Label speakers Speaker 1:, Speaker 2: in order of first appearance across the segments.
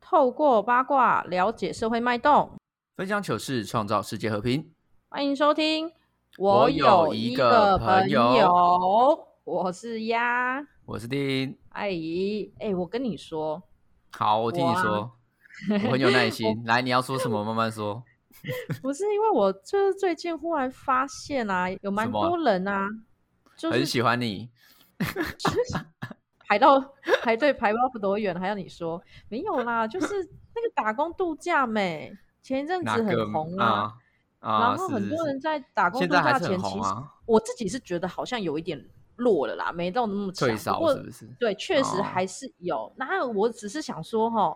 Speaker 1: 透过八卦了解社会脉动。
Speaker 2: 分享糗事，创造世界和平。
Speaker 1: 欢迎收听，
Speaker 2: 我有一个朋友
Speaker 1: 我有一个朋友我是鸭
Speaker 2: 我是丁，
Speaker 1: 阿姨。哎、我跟你说，
Speaker 2: 好，我听你说，我很有耐心。来，你要说什么，慢慢说。
Speaker 1: 不是因为我就是最近忽然发现啊，有蛮
Speaker 2: 什么
Speaker 1: 多人啊，就
Speaker 2: 很
Speaker 1: 是
Speaker 2: 喜欢你，
Speaker 1: 排到 排队排不到多远，还要你说没有啦，就是那个打工度假美，前一阵子
Speaker 2: 哪个
Speaker 1: 很红啊，
Speaker 2: 啊？啊，
Speaker 1: 然后
Speaker 2: 是
Speaker 1: 很多人，在打工
Speaker 2: 是是现
Speaker 1: 度
Speaker 2: 在
Speaker 1: 假
Speaker 2: 还是
Speaker 1: 前，
Speaker 2: 很
Speaker 1: 其
Speaker 2: 红
Speaker 1: 实
Speaker 2: 啊，
Speaker 1: 我自己是觉得好像有一点弱了啦，没到那么强。
Speaker 2: 退
Speaker 1: 不
Speaker 2: 烧
Speaker 1: 过
Speaker 2: 是不是？
Speaker 1: 对，确实
Speaker 2: 哦
Speaker 1: 还是有。那我只是想说哈，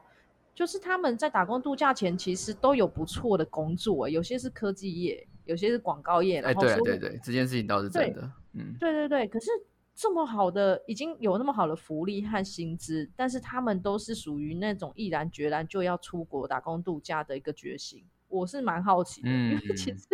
Speaker 1: 就是他们在打工度假前，其实都有不错的工作、欸有些是科技业，有些是广告业，
Speaker 2: 哎，
Speaker 1: 然后
Speaker 2: 对啊
Speaker 1: 收入
Speaker 2: 对对，这件事情倒是真的，嗯，
Speaker 1: 对对对，可是这么好的，已经有那么好的福利和薪资，但是他们都是属于那种毅然决然就要出国打工度假的一个决心。我是蛮好奇的，因为其
Speaker 2: 嗯
Speaker 1: 实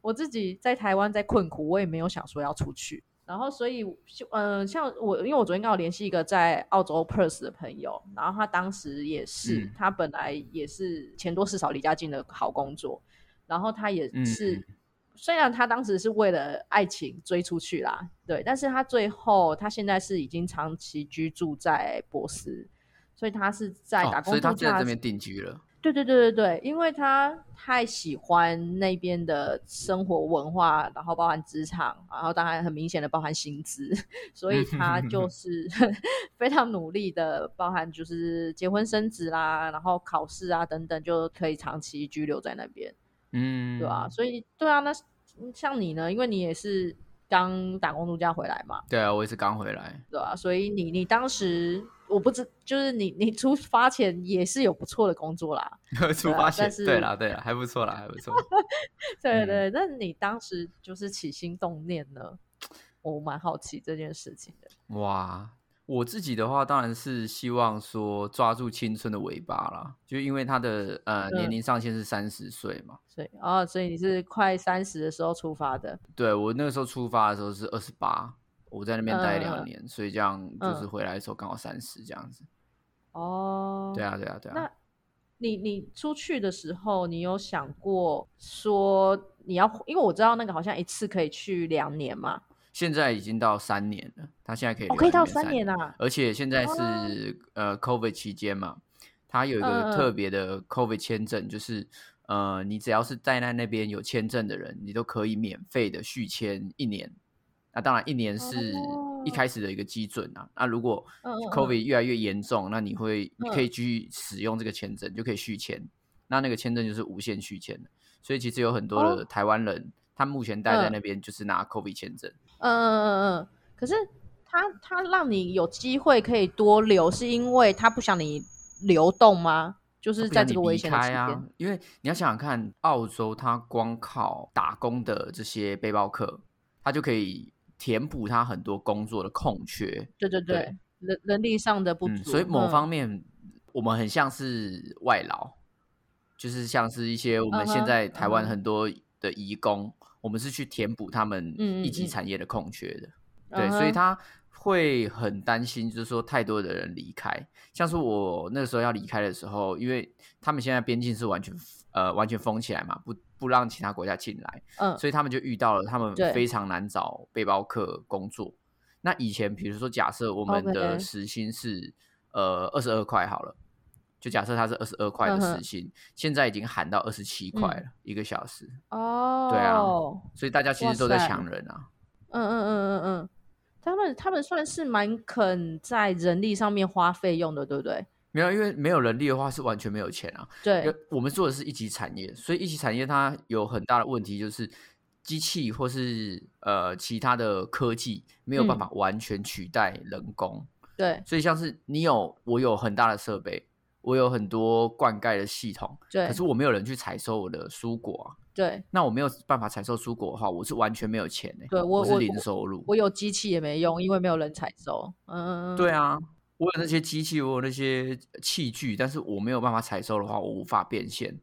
Speaker 1: 我自己在台湾在困苦，我也没有想说要出去。然后，所以就嗯、呃像我，因为我昨天刚好联系一个在澳洲 Perth 的朋友，然后他当时也是，
Speaker 2: 嗯
Speaker 1: 他本来也是钱多事少离家近的好工作，然后他也
Speaker 2: 嗯
Speaker 1: 是，
Speaker 2: 嗯
Speaker 1: 虽然他当时是为了爱情追出去啦，对，但是他最后他现在是已经长期居住在波斯，所以他是在打
Speaker 2: 哦，所
Speaker 1: 工
Speaker 2: 以他
Speaker 1: 度
Speaker 2: 就在
Speaker 1: 假
Speaker 2: 这
Speaker 1: 的时。
Speaker 2: 边定居了，
Speaker 1: 对对对对对，因为他太喜欢那边的生活文化，然后包含职场，然后当然很明显的包含薪资， 所以他就是 非常努力的，包含就是结婚生子啦，然后考试啊等等，就可以长期居留在那边。
Speaker 2: 嗯，
Speaker 1: 对啊，所以对啊，那嗯像你呢，因为你也是刚打工度假回来嘛，
Speaker 2: 对啊，我也是刚回来，
Speaker 1: 对啊，所以你你当时我不知，就是你你出发前也是有不错的工作啦，
Speaker 2: 出
Speaker 1: 对啊
Speaker 2: 发
Speaker 1: 但
Speaker 2: 前，
Speaker 1: 是
Speaker 2: 对啦对啦，还不错啦，还不错。
Speaker 1: 对
Speaker 2: 嗯
Speaker 1: 对，那你当时就是起心动念呢？我蛮好奇这件事情的。
Speaker 2: 哇，我自己的话当然是希望说抓住青春的尾巴啦，就因为他的呃年
Speaker 1: 嗯
Speaker 2: 龄上限是三十岁嘛。
Speaker 1: 所以啊、哦，所以你是快三十的时候出发的，
Speaker 2: 对我那个时候出发的时候是二十八，我在那边待
Speaker 1: 嗯嗯嗯
Speaker 2: 两年，所以这样就是
Speaker 1: 嗯
Speaker 2: 回来的时候刚好三十这样子。
Speaker 1: 哦，
Speaker 2: 对啊，对啊，对
Speaker 1: 那
Speaker 2: 啊。
Speaker 1: 你你出去的时候，你有想过说你要，因为我知道那个好像一次可以去两年嘛，
Speaker 2: 现在已经到三年了，他现在可以
Speaker 1: 哦，
Speaker 2: 留
Speaker 1: 可以
Speaker 2: 在
Speaker 1: 到
Speaker 2: 那边
Speaker 1: 三年
Speaker 2: 年，
Speaker 1: 啊，
Speaker 2: 而且现在
Speaker 1: 哦
Speaker 2: 是呃 COVID 期间嘛，它有一
Speaker 1: 嗯嗯嗯
Speaker 2: 个特别的 COVID 签证，就是呃你只要是在那那边有签证的人，你都可以免费的续签一年。那当然，一年是一开始的一个基准啊。那如果
Speaker 1: 哦嗯嗯嗯
Speaker 2: COVID 越来越严重，那你会你
Speaker 1: 嗯
Speaker 2: 可以继续使用这个签证，就可以续签。那那个签证就是无限续签的。所以其实有很多
Speaker 1: 哦
Speaker 2: 的台湾人，他目前待在
Speaker 1: 嗯
Speaker 2: 那边就是拿 COVID 签证。
Speaker 1: 嗯嗯嗯嗯。可是他他让你有机会可以多留，是因为他不想你流动吗？就是
Speaker 2: 不
Speaker 1: 在
Speaker 2: 然
Speaker 1: 这
Speaker 2: 你
Speaker 1: 个危
Speaker 2: 离
Speaker 1: 险的期
Speaker 2: 开
Speaker 1: 间。
Speaker 2: 啊，因为你要想想看，澳洲它光靠打工的这些背包客，它就可以填补它很多工作的空缺。
Speaker 1: 对对对，
Speaker 2: 对
Speaker 1: 人人力上的不足。
Speaker 2: 嗯，所以某
Speaker 1: 嗯
Speaker 2: 方面、我们很像是外劳，就是像是一些我们
Speaker 1: 嗯
Speaker 2: 现
Speaker 1: 哼
Speaker 2: 在台湾
Speaker 1: 嗯哼
Speaker 2: 很多的移工，我们是去填补他们
Speaker 1: 嗯嗯
Speaker 2: 一级
Speaker 1: 嗯
Speaker 2: 产业的空缺的。对，
Speaker 1: 嗯
Speaker 2: 所以
Speaker 1: 哼
Speaker 2: 他会很担心，就是说太多的人离开。像是我那时候要离开的时候，因为他们现在边境是完全呃完全封起来嘛，不不让其他国家进来，
Speaker 1: 嗯
Speaker 2: 所以他们就遇到了他们
Speaker 1: 对
Speaker 2: 非常难找背包客工作。那以前比如说假设我们
Speaker 1: OK
Speaker 2: 的时薪是呃二十二块好了，就假设它是二十二块的
Speaker 1: 嗯哼嗯
Speaker 2: 时薪，现在已经喊到二十七块了，一个小时。
Speaker 1: 哦，
Speaker 2: 啊所以大家其
Speaker 1: 哇
Speaker 2: 实都在
Speaker 1: 塞
Speaker 2: 抢人啊，
Speaker 1: 嗯嗯嗯嗯嗯，他们他们算是蛮肯在人力上面花费用的，对不对？
Speaker 2: 没有因为没有人力的话是完全没有钱啊。因
Speaker 1: 对
Speaker 2: 为，我们做的是一级产业，所以一级产业它有很大的问题，就是机器或是呃其他的科技没有办
Speaker 1: 嗯
Speaker 2: 法完全取代人工。
Speaker 1: 对
Speaker 2: 所以像是你有我有很大的设备，我有很多灌溉的系统，可
Speaker 1: 对
Speaker 2: 是我没有人去采收我的蔬果啊。
Speaker 1: 对
Speaker 2: 那我没有办法采收蔬果的话，我是完全没有钱的、
Speaker 1: 对，我
Speaker 2: 是
Speaker 1: 我
Speaker 2: 零收入。
Speaker 1: 我有机器也没用，因为没有人采收。嗯嗯嗯，
Speaker 2: 对啊，我有那些机器，我有那些器具，但是我没有办法采收的话，我无法变现，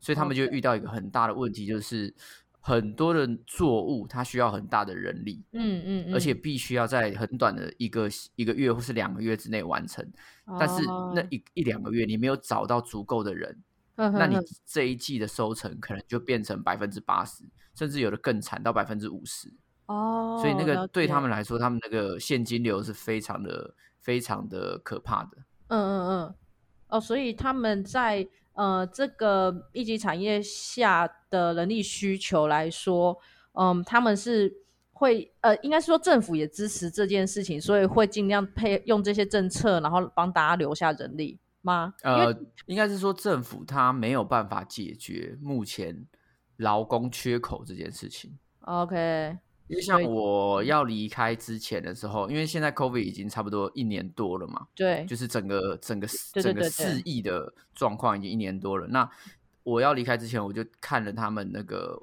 Speaker 2: 所以他们就
Speaker 1: OK
Speaker 2: 遇到一个很大的问题，就是很多的作物它需要很大的人力，
Speaker 1: 嗯嗯嗯，
Speaker 2: 而且必须要在很短的一个一个月或是两个月之内完成。但是
Speaker 1: 哦嗯
Speaker 2: 那一一两个月你没有找到足够的人，
Speaker 1: 哼
Speaker 2: 那
Speaker 1: 哼
Speaker 2: 你
Speaker 1: 哼
Speaker 2: 这一季的收成可能就变成百分之八十，甚至有的更惨到百分之五十。
Speaker 1: 哦，
Speaker 2: 所以那
Speaker 1: 了
Speaker 2: 个对
Speaker 1: 解
Speaker 2: 他们来说，他们那个现金流是非常的、非常的可怕的。
Speaker 1: 嗯嗯嗯，哦，所以他们在呃这个一级产业下的人力需求来说，嗯，他们是会呃，应该是说政府也支持这件事情，所以会尽量配用这些政策，然后帮大家留下人力吗？因为
Speaker 2: 呃，应该是说政府它没有办法解决目前劳工缺口这件事情。
Speaker 1: 哦 OK，
Speaker 2: 因为
Speaker 1: 所
Speaker 2: 像
Speaker 1: 以
Speaker 2: 我要离开之前的时候，因为现在 COVID 已经差不多一年多了嘛，
Speaker 1: 对，
Speaker 2: 就是整个整个
Speaker 1: 对对
Speaker 2: 整个
Speaker 1: 对
Speaker 2: 四亿的状况已经一年多了。那我要离开之前，我就看了他们那个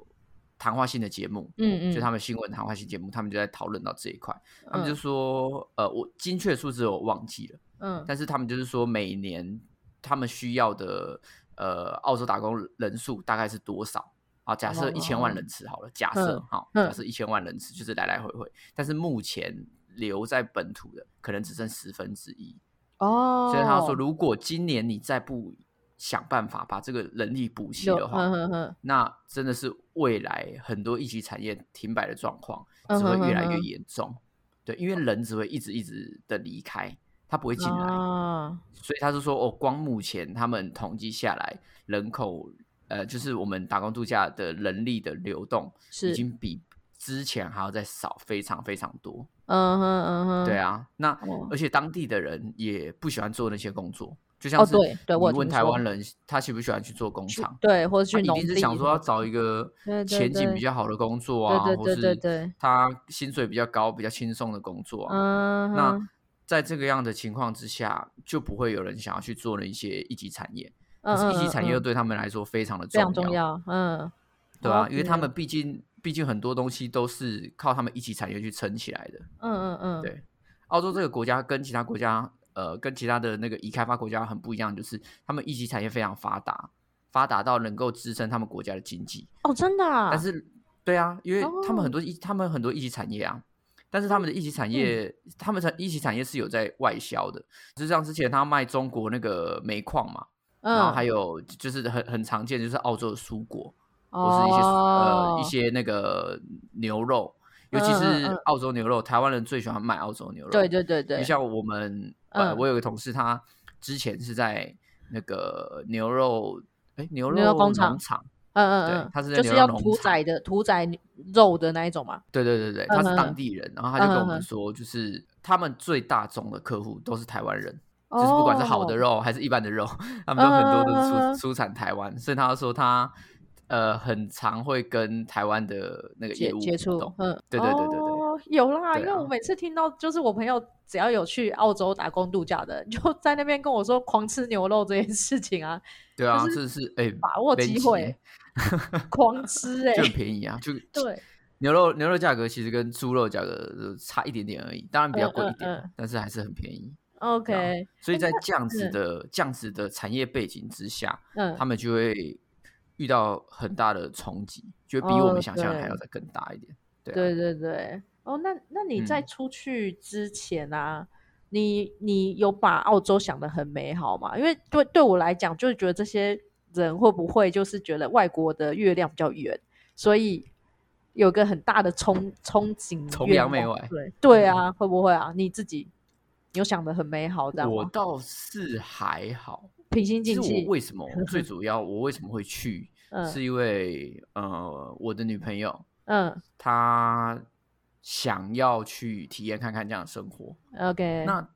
Speaker 2: 谈话性的节目，
Speaker 1: 嗯嗯，
Speaker 2: 就他们新闻谈话性节目，他们就在讨论到这一块。他
Speaker 1: 嗯
Speaker 2: 们就说，呃，我精确数字我忘记了，
Speaker 1: 嗯
Speaker 2: 但是他们就是说每年他们需要的呃澳洲打工人数大概是多少啊？假设
Speaker 1: 哦
Speaker 2: 一千万人次好了，假设
Speaker 1: 嗯
Speaker 2: 好，
Speaker 1: 嗯
Speaker 2: 假设一千万人次就是来来回回，但是目前留在本土的可能只剩十分之一，
Speaker 1: 哦，
Speaker 2: 所以他说，如果今年你再不想办法把这个人力补齐
Speaker 1: 有嗯
Speaker 2: 的话，
Speaker 1: 哼哼哼
Speaker 2: 那真的是未来很多一级产业停摆的状况
Speaker 1: 嗯
Speaker 2: 只会
Speaker 1: 哼
Speaker 2: 越来
Speaker 1: 哼
Speaker 2: 越
Speaker 1: 哼
Speaker 2: 严重。对，因为人只会一直一直的离开，他不会进来，
Speaker 1: 啊，
Speaker 2: 所以他是说，哦，光目前他们统计下来，人口呃，就是我们打工度假的人力的流动，已
Speaker 1: 是，
Speaker 2: 经比之前还要再少，非常非常多。
Speaker 1: 嗯哼嗯哼，
Speaker 2: 对，啊，那、
Speaker 1: 哦
Speaker 2: 而且当地的人也不喜欢做那些工作，就
Speaker 1: 哦
Speaker 2: 像是
Speaker 1: 对对
Speaker 2: 你
Speaker 1: 我有
Speaker 2: 问
Speaker 1: 听
Speaker 2: 台
Speaker 1: 说
Speaker 2: 湾人他喜不喜欢去做工
Speaker 1: 去
Speaker 2: 厂，
Speaker 1: 对，或者去
Speaker 2: 啊他一
Speaker 1: 农
Speaker 2: 定是
Speaker 1: 地
Speaker 2: 想
Speaker 1: 什
Speaker 2: 说要
Speaker 1: 么
Speaker 2: 找一个
Speaker 1: 对对
Speaker 2: 前景
Speaker 1: 对
Speaker 2: 比较好的工作啊，
Speaker 1: 对对对对
Speaker 2: 或是
Speaker 1: 对
Speaker 2: 他薪水比较高、比较轻松的工作啊。
Speaker 1: 嗯
Speaker 2: 那
Speaker 1: 哼
Speaker 2: 在这个样的情况之下，就不会有人想要去做那一些一级产业，
Speaker 1: 嗯
Speaker 2: 可是
Speaker 1: 嗯
Speaker 2: 一级产
Speaker 1: 嗯
Speaker 2: 业又
Speaker 1: 嗯
Speaker 2: 对他们来说非常的
Speaker 1: 非
Speaker 2: 重
Speaker 1: 常重要，嗯，
Speaker 2: 对啊，因为
Speaker 1: OK
Speaker 2: 他们毕竟毕竟很多东西都是靠他们一级产业去撑起来的。
Speaker 1: 嗯嗯嗯，
Speaker 2: 对，澳洲这个国家跟其他国家，呃，跟其他的那个已开发国家很不一样，就是他们一级产业非常发达，发达到能够支撑他们国家的经济。
Speaker 1: 哦，真的啊，
Speaker 2: 但是，对啊，因为他们
Speaker 1: 哦
Speaker 2: 很
Speaker 1: 嗯
Speaker 2: 多一，他们很多一级产业啊，但是他们的一级产业，他们的一级产业是有在外销的，就像之前他卖中国那个煤矿嘛，然后
Speaker 1: 嗯，
Speaker 2: 还有就是很很常见就是澳洲的蔬果，或是一些、
Speaker 1: 哦
Speaker 2: 呃一些那个牛肉，尤其
Speaker 1: 嗯嗯
Speaker 2: 是
Speaker 1: 嗯
Speaker 2: 澳洲牛肉，台湾人最喜欢买澳洲牛肉。
Speaker 1: 对对对
Speaker 2: 就
Speaker 1: 对，
Speaker 2: 像我们呃，
Speaker 1: 嗯
Speaker 2: 我有个同事，他之前是在那个牛肉哎牛
Speaker 1: 牛肉
Speaker 2: 肉
Speaker 1: 工
Speaker 2: 农
Speaker 1: 厂
Speaker 2: 场，
Speaker 1: 嗯嗯
Speaker 2: 对
Speaker 1: 嗯，
Speaker 2: 它是在
Speaker 1: 就是
Speaker 2: 牛肉
Speaker 1: 要
Speaker 2: 农
Speaker 1: 屠
Speaker 2: 场
Speaker 1: 宰的屠宰肉的那一种嘛，
Speaker 2: 对对对对，
Speaker 1: 嗯
Speaker 2: 他是
Speaker 1: 嗯
Speaker 2: 当
Speaker 1: 嗯
Speaker 2: 地人，然后他就跟我
Speaker 1: 嗯嗯
Speaker 2: 们
Speaker 1: 嗯
Speaker 2: 说，就是他们最大众的客户都是台湾人。
Speaker 1: 哦，
Speaker 2: 就是不管是好的肉还是一般的肉，他们都很多都是出、
Speaker 1: 嗯嗯嗯嗯
Speaker 2: 出产台湾，所以他说他呃很常会跟台湾的那个业
Speaker 1: 接
Speaker 2: 务
Speaker 1: 接
Speaker 2: 互
Speaker 1: 触
Speaker 2: 动，，
Speaker 1: 嗯，
Speaker 2: 对对对对对
Speaker 1: 哦，有啦，
Speaker 2: 对
Speaker 1: 因为我
Speaker 2: 啊
Speaker 1: 每次听到就是我朋友只要有去澳洲打工度假的， 就在那边跟我说狂吃牛肉这件事情啊，
Speaker 2: 对啊，
Speaker 1: 就是
Speaker 2: 这是哎、
Speaker 1: 把握
Speaker 2: 编
Speaker 1: 机
Speaker 2: 辑
Speaker 1: 会狂吃哎、
Speaker 2: 就很便宜啊，就
Speaker 1: 对，
Speaker 2: 牛肉牛肉价格其实跟猪肉价格差一点点而已，当然比较
Speaker 1: 嗯
Speaker 2: 贵一
Speaker 1: 嗯
Speaker 2: 点，
Speaker 1: 嗯
Speaker 2: 但是还是很便宜。对啊
Speaker 1: ，OK，
Speaker 2: 所以
Speaker 1: 哎
Speaker 2: 在这样子
Speaker 1: 嗯
Speaker 2: 的这样子的产业背景之下，
Speaker 1: 嗯
Speaker 2: 他，们就会遇到很大的冲击，就会比我
Speaker 1: 哦
Speaker 2: 们想象的还
Speaker 1: 对
Speaker 2: 要再更大一点。对啊，
Speaker 1: 对对对，哦，那那你在
Speaker 2: 嗯
Speaker 1: 出去之前啊，你你有把澳洲想得很美好吗？因为对对我来讲，就是觉得这些人会不会就是觉得外国的月亮比较圆，所以有个很大的憧憧憬
Speaker 2: 崇
Speaker 1: 愿
Speaker 2: 洋媚
Speaker 1: 望
Speaker 2: 外嗯
Speaker 1: 对对啊，会不会啊？你自己有想得很美好这样
Speaker 2: 我
Speaker 1: 吗？
Speaker 2: 倒是还好，
Speaker 1: 平心
Speaker 2: 其
Speaker 1: 静
Speaker 2: 实我
Speaker 1: 气，
Speaker 2: 为什么 最主要我为什么会去，
Speaker 1: 嗯
Speaker 2: 是因为呃我的女朋友
Speaker 1: 嗯
Speaker 2: 她想要去体验看看这样的生活。
Speaker 1: ，OK，
Speaker 2: 那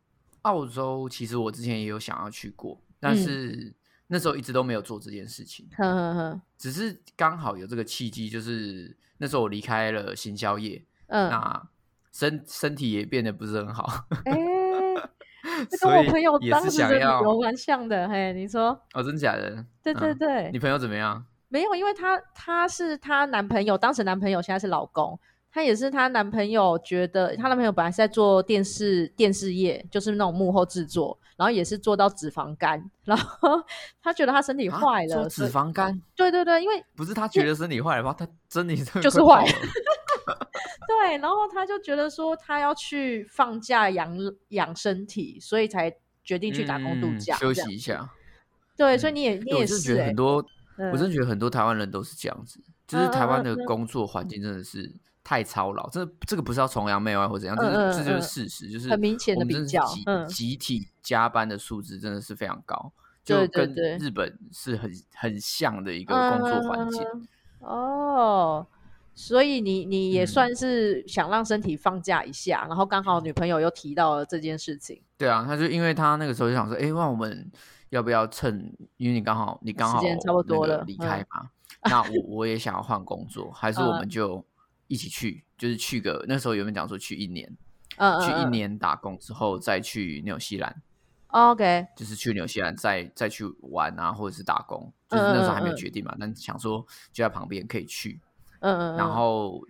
Speaker 2: 澳洲其实我之前也有想要去过，但
Speaker 1: 嗯
Speaker 2: 是那时候一直都没有做这件事情，
Speaker 1: 哼哼哼，
Speaker 2: 只是刚好有这个契机，就是那时候我离开了行销业，
Speaker 1: 嗯，
Speaker 2: 那身身体也变得不是 很好，
Speaker 1: 哎、 这跟
Speaker 2: 所
Speaker 1: 我
Speaker 2: 以
Speaker 1: 朋友
Speaker 2: 也
Speaker 1: 当
Speaker 2: 是
Speaker 1: 时的
Speaker 2: 想
Speaker 1: 理
Speaker 2: 要
Speaker 1: 由蛮像的，嘿，你说。
Speaker 2: 哦，真假的？
Speaker 1: 对对
Speaker 2: 嗯
Speaker 1: 对，
Speaker 2: 你朋友怎么样？
Speaker 1: 没有，因为她她是她男朋友，当时男朋友现在是老公，她也是她男朋友觉得她男朋友本来是在做电视电视业，就是那种幕后制作，然然后也是做到脂肪肝，然后 他觉得他身体坏
Speaker 2: 啊
Speaker 1: 了，
Speaker 2: 说
Speaker 1: 所以
Speaker 2: 脂肪肝
Speaker 1: 对对对，因为
Speaker 2: 不是他觉得身体坏的话，他真的真的
Speaker 1: 就是
Speaker 2: 快
Speaker 1: 坏
Speaker 2: 爆了
Speaker 1: 对，然后他就觉得说他要去放假养养身体，所以才决定去打工度
Speaker 2: 嗯
Speaker 1: 假、
Speaker 2: 休
Speaker 1: 这样
Speaker 2: 息一。下。
Speaker 1: 对，
Speaker 2: 嗯
Speaker 1: 所以你也你
Speaker 2: 对我
Speaker 1: 也
Speaker 2: 真的觉
Speaker 1: 是、
Speaker 2: 得
Speaker 1: 欸
Speaker 2: 很，多，
Speaker 1: 嗯
Speaker 2: 我真的觉得很多台湾人都是这样子，就是
Speaker 1: 嗯
Speaker 2: 台湾
Speaker 1: 嗯
Speaker 2: 的工作环境真的是太操劳，这这个不是要崇洋媚外或怎样，这
Speaker 1: 嗯嗯
Speaker 2: 是这就是
Speaker 1: 嗯
Speaker 2: 事实，就是
Speaker 1: 很明显
Speaker 2: 我
Speaker 1: 的
Speaker 2: 们
Speaker 1: 比
Speaker 2: 真是
Speaker 1: 较
Speaker 2: 集
Speaker 1: 嗯
Speaker 2: 集体加班的素质真的是非常高，
Speaker 1: 对
Speaker 2: 就
Speaker 1: 对
Speaker 2: 跟
Speaker 1: 对
Speaker 2: 日本是很很像的一个工作环境。
Speaker 1: 嗯哦，所以你你也
Speaker 2: 嗯
Speaker 1: 算是想让身体放假一下，然后刚好女朋友又提到了这件事情，
Speaker 2: 对啊，他就因为他那个时候就想说，哎、那我们要不要趁，因为你刚好你刚
Speaker 1: 时
Speaker 2: 好
Speaker 1: 间差不多
Speaker 2: 那个
Speaker 1: 了
Speaker 2: 离
Speaker 1: 嗯
Speaker 2: 开嘛，那我我也想要换工作，还是我们就一起去，就是去个那时候有没有讲说去一年，
Speaker 1: 嗯嗯
Speaker 2: 去一
Speaker 1: 嗯
Speaker 2: 年打工之后再去纽西兰，
Speaker 1: ，OK，
Speaker 2: 就是去纽西兰再再去玩啊，或者是打工，就是那时候还没
Speaker 1: 嗯
Speaker 2: 有
Speaker 1: 嗯嗯
Speaker 2: 决定嘛，但想说就在旁边可以去，
Speaker 1: 嗯嗯，
Speaker 2: 然
Speaker 1: 嗯
Speaker 2: 后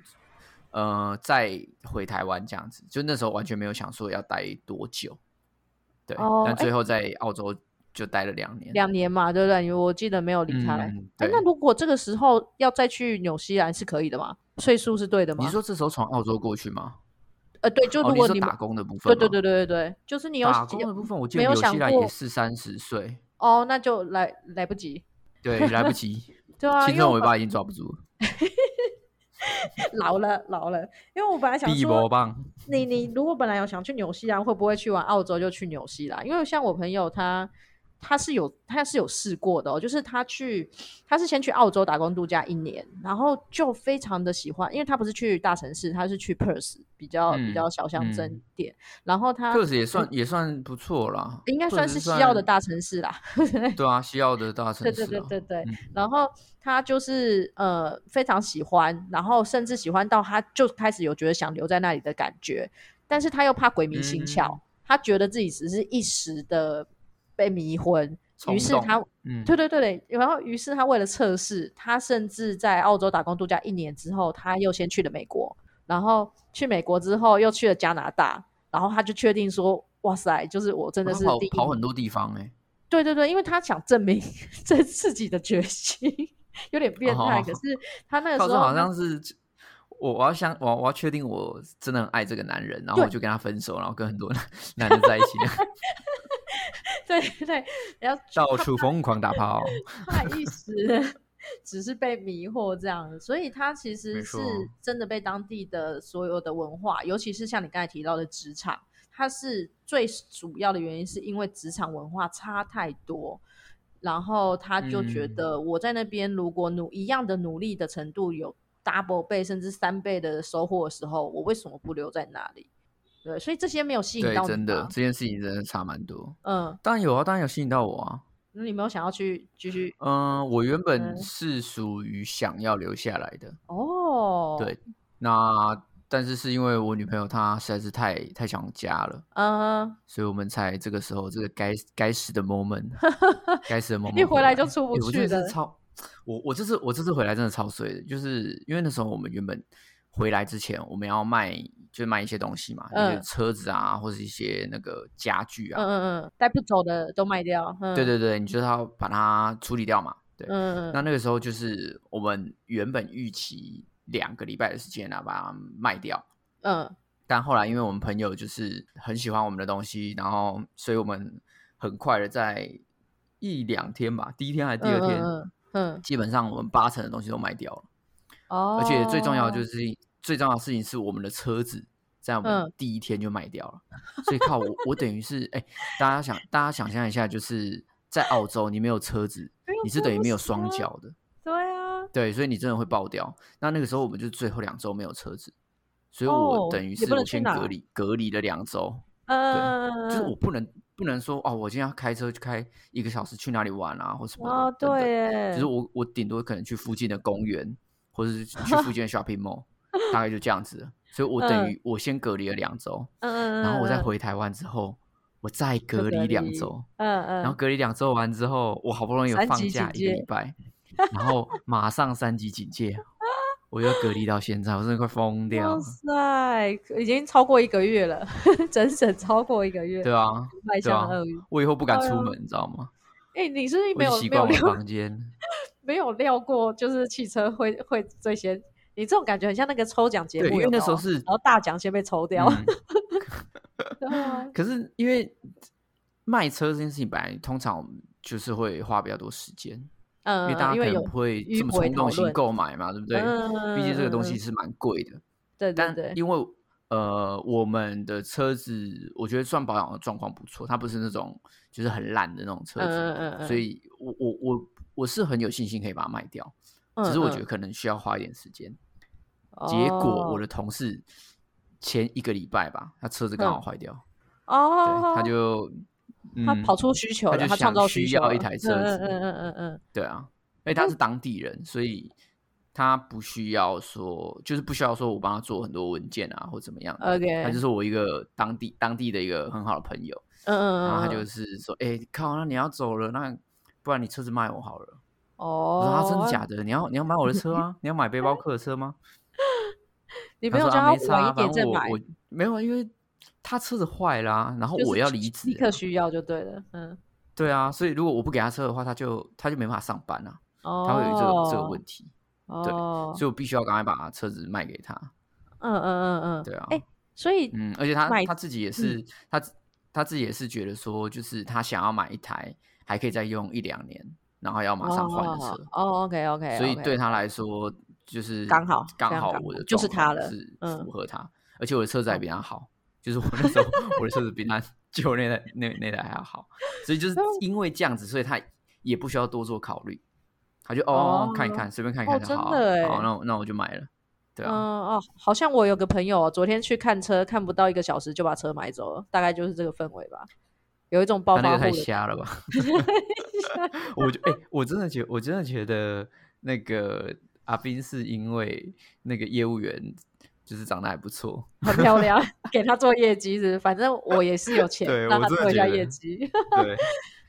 Speaker 2: 呃再回台湾这样子，就那时候完全没有想说要待多久，对，
Speaker 1: 哦
Speaker 2: 但
Speaker 1: 哎
Speaker 2: 最后在澳洲就待了两年，
Speaker 1: 两年嘛，对不对？因为我记得没有离开。
Speaker 2: 嗯，
Speaker 1: 哎，
Speaker 2: 对。
Speaker 1: 那如果这个时候要再去纽西兰是可以的吗？岁数是对的吗？
Speaker 2: 你说这时候从澳洲过去吗？
Speaker 1: 呃，对，就
Speaker 2: 哦，
Speaker 1: 如
Speaker 2: 你
Speaker 1: 果
Speaker 2: 说
Speaker 1: 你们
Speaker 2: 打工的部分
Speaker 1: 对
Speaker 2: 吗，
Speaker 1: 对对对对对，就是你有
Speaker 2: 打工的部分，我记得
Speaker 1: 没有
Speaker 2: 纽
Speaker 1: 想
Speaker 2: 西兰
Speaker 1: 过
Speaker 2: 也是三十岁，
Speaker 1: 哦，那就来来不及。
Speaker 2: 对，来不及，
Speaker 1: 对啊，
Speaker 2: 青
Speaker 1: 因为
Speaker 2: 春
Speaker 1: 我
Speaker 2: 尾
Speaker 1: 本
Speaker 2: 巴已经抓不住了，
Speaker 1: 老了老了，因为我本来想
Speaker 2: 臂
Speaker 1: 说
Speaker 2: 波，棒，
Speaker 1: 你你如果本来有想去纽西兰，会不会去完澳洲就去纽西兰？因为像我朋友他他是有他是有试过的哦，就是他去他是先去澳洲打工度假一年，然后就非常的喜欢，因为他不是去大城市，他是去 Perth 比较、比
Speaker 2: 嗯
Speaker 1: 较小乡镇
Speaker 2: 嗯
Speaker 1: 点，然后他
Speaker 2: 特斯也算也算不错啦，
Speaker 1: 嗯应该
Speaker 2: 特
Speaker 1: 算
Speaker 2: 斯
Speaker 1: 是西澳的
Speaker 2: 算
Speaker 1: 大城市啦，
Speaker 2: 对啊，西澳的大城
Speaker 1: 对
Speaker 2: 市
Speaker 1: 对
Speaker 2: 啊，
Speaker 1: 对对对，
Speaker 2: 嗯
Speaker 1: 然后他就是呃非常喜欢，然后甚至喜欢到他就开始有觉得想留在那里的感觉，但是他又怕鬼迷心窍，
Speaker 2: 嗯
Speaker 1: 他觉得自己只是一时的被迷昏，于
Speaker 2: 冲
Speaker 1: 是
Speaker 2: 动
Speaker 1: 他
Speaker 2: 嗯，
Speaker 1: 对对对对，然后于是他为了测试，他甚至在澳洲打工度假一年之后，他又先去了美国，然后去美国之后又去了加拿大，然后他就确定说，哇塞，就是我真的
Speaker 2: 他
Speaker 1: 是
Speaker 2: 跑
Speaker 1: 第一
Speaker 2: 跑很多地方哎，
Speaker 1: 对对对，因为他想证明 这自己的决心， 有点变态。
Speaker 2: 哦
Speaker 1: 可是他那个时
Speaker 2: 告
Speaker 1: 候
Speaker 2: 诉好
Speaker 1: 他
Speaker 2: 像是我我要想我我要确定我真的很爱这个男人，然后
Speaker 1: 对
Speaker 2: 我就跟他分手，然后跟很多 男的在一起，
Speaker 1: 对对对，然后
Speaker 2: 到处疯狂打炮。
Speaker 1: 他一时 只是被迷惑这样，所以他其实
Speaker 2: 没
Speaker 1: 是
Speaker 2: 错
Speaker 1: 真的被当地的所有的文化，尤其是像你刚才提到的职场，它是最主要的原因，是因为职场文化差太多。然后他就觉
Speaker 2: 嗯
Speaker 1: 得我在那边如果努一样的努力的程度有 double 倍甚至三倍的收获的时候，我为什么不留在那里？对，所以这些没有 吸引
Speaker 2: 对
Speaker 1: 到，你
Speaker 2: 真的
Speaker 1: 吗
Speaker 2: 这件事情真的差蛮多。
Speaker 1: 嗯，
Speaker 2: 当然有啊，当然有吸引到我啊。
Speaker 1: 那你没有想要去继续
Speaker 2: 嗯、我原本
Speaker 1: 嗯
Speaker 2: 是属于想要留下来的，
Speaker 1: 哦？
Speaker 2: 对，。那但是是因为我女朋友她实在是太太想家了，
Speaker 1: 嗯、
Speaker 2: 所以我们才这个时候这个该该死的 moment，该死的 moment
Speaker 1: 一回来
Speaker 2: 来
Speaker 1: 就出不
Speaker 2: 欸我真
Speaker 1: 去
Speaker 2: 的是
Speaker 1: 了
Speaker 2: 超，我我这次我这次回来真的超衰的，就是因为那时候我们原本回来之前我们要卖，就是卖一些东西嘛，一些
Speaker 1: 嗯
Speaker 2: 车子啊，或是一些那个家具啊，
Speaker 1: 嗯嗯，嗯，带不走的都卖掉。嗯，
Speaker 2: 对对对，你就是要把它处理掉嘛，对。
Speaker 1: 嗯，嗯
Speaker 2: 那
Speaker 1: 嗯
Speaker 2: 那个时候就是我们原本预期两个礼拜的时间啊，把它卖掉。
Speaker 1: 嗯，
Speaker 2: 但后来因为我们朋友就是很喜欢我们的东西，然后所以我们很快的在一两天吧，第一天还是第二天，
Speaker 1: 嗯嗯嗯，
Speaker 2: 基本上我们八成的东西都卖掉了。
Speaker 1: 哦，
Speaker 2: 而且最重要的就是最重要的事情是我们的车子在我们
Speaker 1: 嗯
Speaker 2: 第一天就卖掉了，所以靠我，我等于是哎、大家想大家想象一下，就是在澳洲你没有车子，
Speaker 1: 没有
Speaker 2: 你是
Speaker 1: 车
Speaker 2: 等于
Speaker 1: 不
Speaker 2: 没有
Speaker 1: 行 啊
Speaker 2: 双脚的。
Speaker 1: 对啊，
Speaker 2: 对，所以你真的会爆掉。那那个时候我们就最后两周没有车子，所以
Speaker 1: 哦
Speaker 2: 我等于
Speaker 1: 也
Speaker 2: 是
Speaker 1: 不能
Speaker 2: 我
Speaker 1: 去
Speaker 2: 先
Speaker 1: 哪
Speaker 2: 隔离隔离了两周，
Speaker 1: 嗯，
Speaker 2: 就是我
Speaker 1: 嗯
Speaker 2: 不能不能说哦，我今天要开车去开一个小时去哪里玩啊，或什么的
Speaker 1: 啊，
Speaker 2: 等等
Speaker 1: 对耶，
Speaker 2: 就是我我顶多可能去附近的公园，或者是去附 近的 shopping mall，大概就这样子了。所以我等于我先隔离了两周，
Speaker 1: 嗯嗯，
Speaker 2: 然后我再
Speaker 1: 嗯，
Speaker 2: 回台湾之后，我再
Speaker 1: 就
Speaker 2: 隔离两周。
Speaker 1: 嗯嗯，
Speaker 2: 然后隔离两周完之后，我好不容易有
Speaker 1: 三
Speaker 2: 放
Speaker 1: 级
Speaker 2: 假
Speaker 1: 警
Speaker 2: 一个
Speaker 1: 戒
Speaker 2: 礼拜，然后马上三级警戒，我又隔离到现在，我真的快疯掉
Speaker 1: 哇
Speaker 2: 了。
Speaker 1: 塞，已经超过一个月了，整整超过一个月。
Speaker 2: 对，啊，
Speaker 1: 迈
Speaker 2: 对
Speaker 1: 向
Speaker 2: 啊
Speaker 1: 鳄鱼。，
Speaker 2: 我以后不敢出
Speaker 1: 对啊
Speaker 2: 门，你知道吗？
Speaker 1: 哎、你是不是
Speaker 2: 我
Speaker 1: 没
Speaker 2: 已经
Speaker 1: 有
Speaker 2: 习
Speaker 1: 没有
Speaker 2: 惯我的
Speaker 1: 料
Speaker 2: 房间。
Speaker 1: 没有料过，就是汽车会会这些？你这种感觉很像那个抽奖节
Speaker 2: 对，
Speaker 1: 目
Speaker 2: 因
Speaker 1: 有没有，哦
Speaker 2: 为那时候是
Speaker 1: 然后大奖先被抽掉。
Speaker 2: 嗯
Speaker 1: 对啊
Speaker 2: 可是因为卖车这件事情，本来通常我们就是会花比较多时间，因
Speaker 1: 嗯，
Speaker 2: 为大家
Speaker 1: 因
Speaker 2: 可
Speaker 1: 为
Speaker 2: 能
Speaker 1: 有
Speaker 2: 不会
Speaker 1: 迂
Speaker 2: 这么
Speaker 1: 回
Speaker 2: 冲
Speaker 1: 讨
Speaker 2: 动型
Speaker 1: 论
Speaker 2: 购买嘛，对不对？
Speaker 1: 嗯
Speaker 2: 毕竟这个东西
Speaker 1: 嗯嗯
Speaker 2: 是蛮贵的。
Speaker 1: 嗯对对
Speaker 2: 但
Speaker 1: 对，
Speaker 2: 因为呃，我们的车子我觉得算保养的状况不错，它不是那种就是很烂的那种车
Speaker 1: 嗯
Speaker 2: 子，
Speaker 1: 嗯嗯，
Speaker 2: 所以我我我我是很有信心可以把它卖掉，
Speaker 1: 嗯
Speaker 2: 只是我觉
Speaker 1: 嗯哦
Speaker 2: 得可能需要花一点时间。结果我的同事前一个礼拜吧，他车子刚好
Speaker 1: 嗯
Speaker 2: 坏掉，
Speaker 1: 哦哦，
Speaker 2: 对，他就嗯，
Speaker 1: 他跑出需求
Speaker 2: 他
Speaker 1: 了，
Speaker 2: 就
Speaker 1: 他创
Speaker 2: 想
Speaker 1: 造
Speaker 2: 需
Speaker 1: 需求
Speaker 2: 要一
Speaker 1: 了
Speaker 2: 台
Speaker 1: 嗯
Speaker 2: 车
Speaker 1: 嗯
Speaker 2: 子
Speaker 1: 嗯嗯嗯嗯，
Speaker 2: 对啊，哎，他是当地人，所以他不需要说，就是不需要说我帮他做很多文件啊，或怎么样的。
Speaker 1: 嗯 OK
Speaker 2: 他就是我一个当地当地的一个很好的朋友，
Speaker 1: 嗯嗯，
Speaker 2: 然后他就
Speaker 1: 嗯
Speaker 2: 是说，哎、靠，那你要走了，那不然你车子卖我好了。我
Speaker 1: 哦，
Speaker 2: 说啊，真的假的？你要你要买我的车啊吗？你要买背包客的车吗？
Speaker 1: 你
Speaker 2: 他
Speaker 1: 没有
Speaker 2: 说
Speaker 1: 叫
Speaker 2: 啊
Speaker 1: 他
Speaker 2: 没差
Speaker 1: 晚一
Speaker 2: 啊，反
Speaker 1: 点再
Speaker 2: 正我
Speaker 1: 买，
Speaker 2: 我没有啊，因为他车子坏啦、然后
Speaker 1: 就是
Speaker 2: 我要离职
Speaker 1: 立
Speaker 2: 啊、
Speaker 1: 刻需要就对了，嗯，
Speaker 2: 对啊，所以如果我不给他车的话，他就他就没办法上班啊，
Speaker 1: 哦，
Speaker 2: 他会有这个、这个问题。对
Speaker 1: 哦，
Speaker 2: 所以我必须要赶快把车子卖给他。
Speaker 1: 嗯嗯嗯嗯，
Speaker 2: 对啊，
Speaker 1: 哎所以
Speaker 2: 嗯，而且他
Speaker 1: 买
Speaker 2: 他自己也是、他自他自己也是觉得说，就是他想要买一台还可以再用一两年，然后要马上换的车，
Speaker 1: 哦哦，OK OK，
Speaker 2: 所以对他来说就是
Speaker 1: 刚好非
Speaker 2: 刚
Speaker 1: 常
Speaker 2: 好
Speaker 1: 刚
Speaker 2: 我的
Speaker 1: 好就是
Speaker 2: 状况
Speaker 1: 他了
Speaker 2: 是
Speaker 1: 嗯
Speaker 2: 符合他，而且我的车子还比他好，就是我那时候我的车子比他 旧那台那那台还要好，所以就是
Speaker 1: 嗯
Speaker 2: 因为这样子，所以他也不需要多做考虑，他就哦看一
Speaker 1: 哦
Speaker 2: 看随便看一
Speaker 1: 哦
Speaker 2: 看就
Speaker 1: 真
Speaker 2: 好啊，
Speaker 1: 的
Speaker 2: 好
Speaker 1: 欸
Speaker 2: 那我那我就买了，对
Speaker 1: 嗯
Speaker 2: 啊。
Speaker 1: 哦，好像我有个朋友、哦，昨天去看车，看不到一个小时就把车买走了，大概就是这个氛围吧，有一种暴
Speaker 2: 他那
Speaker 1: 发
Speaker 2: 个
Speaker 1: 户
Speaker 2: 太
Speaker 1: 的
Speaker 2: 瞎了吧！ 我就哎、我真的觉我真的觉得那个阿斌是因为那个业务员就是长得还不错，
Speaker 1: 很漂亮， 给他做业绩是，反正我也是有钱
Speaker 2: 对，
Speaker 1: 让
Speaker 2: 我
Speaker 1: 他
Speaker 2: 真的
Speaker 1: 做一
Speaker 2: 觉
Speaker 1: 下
Speaker 2: 得
Speaker 1: 业绩，
Speaker 2: 对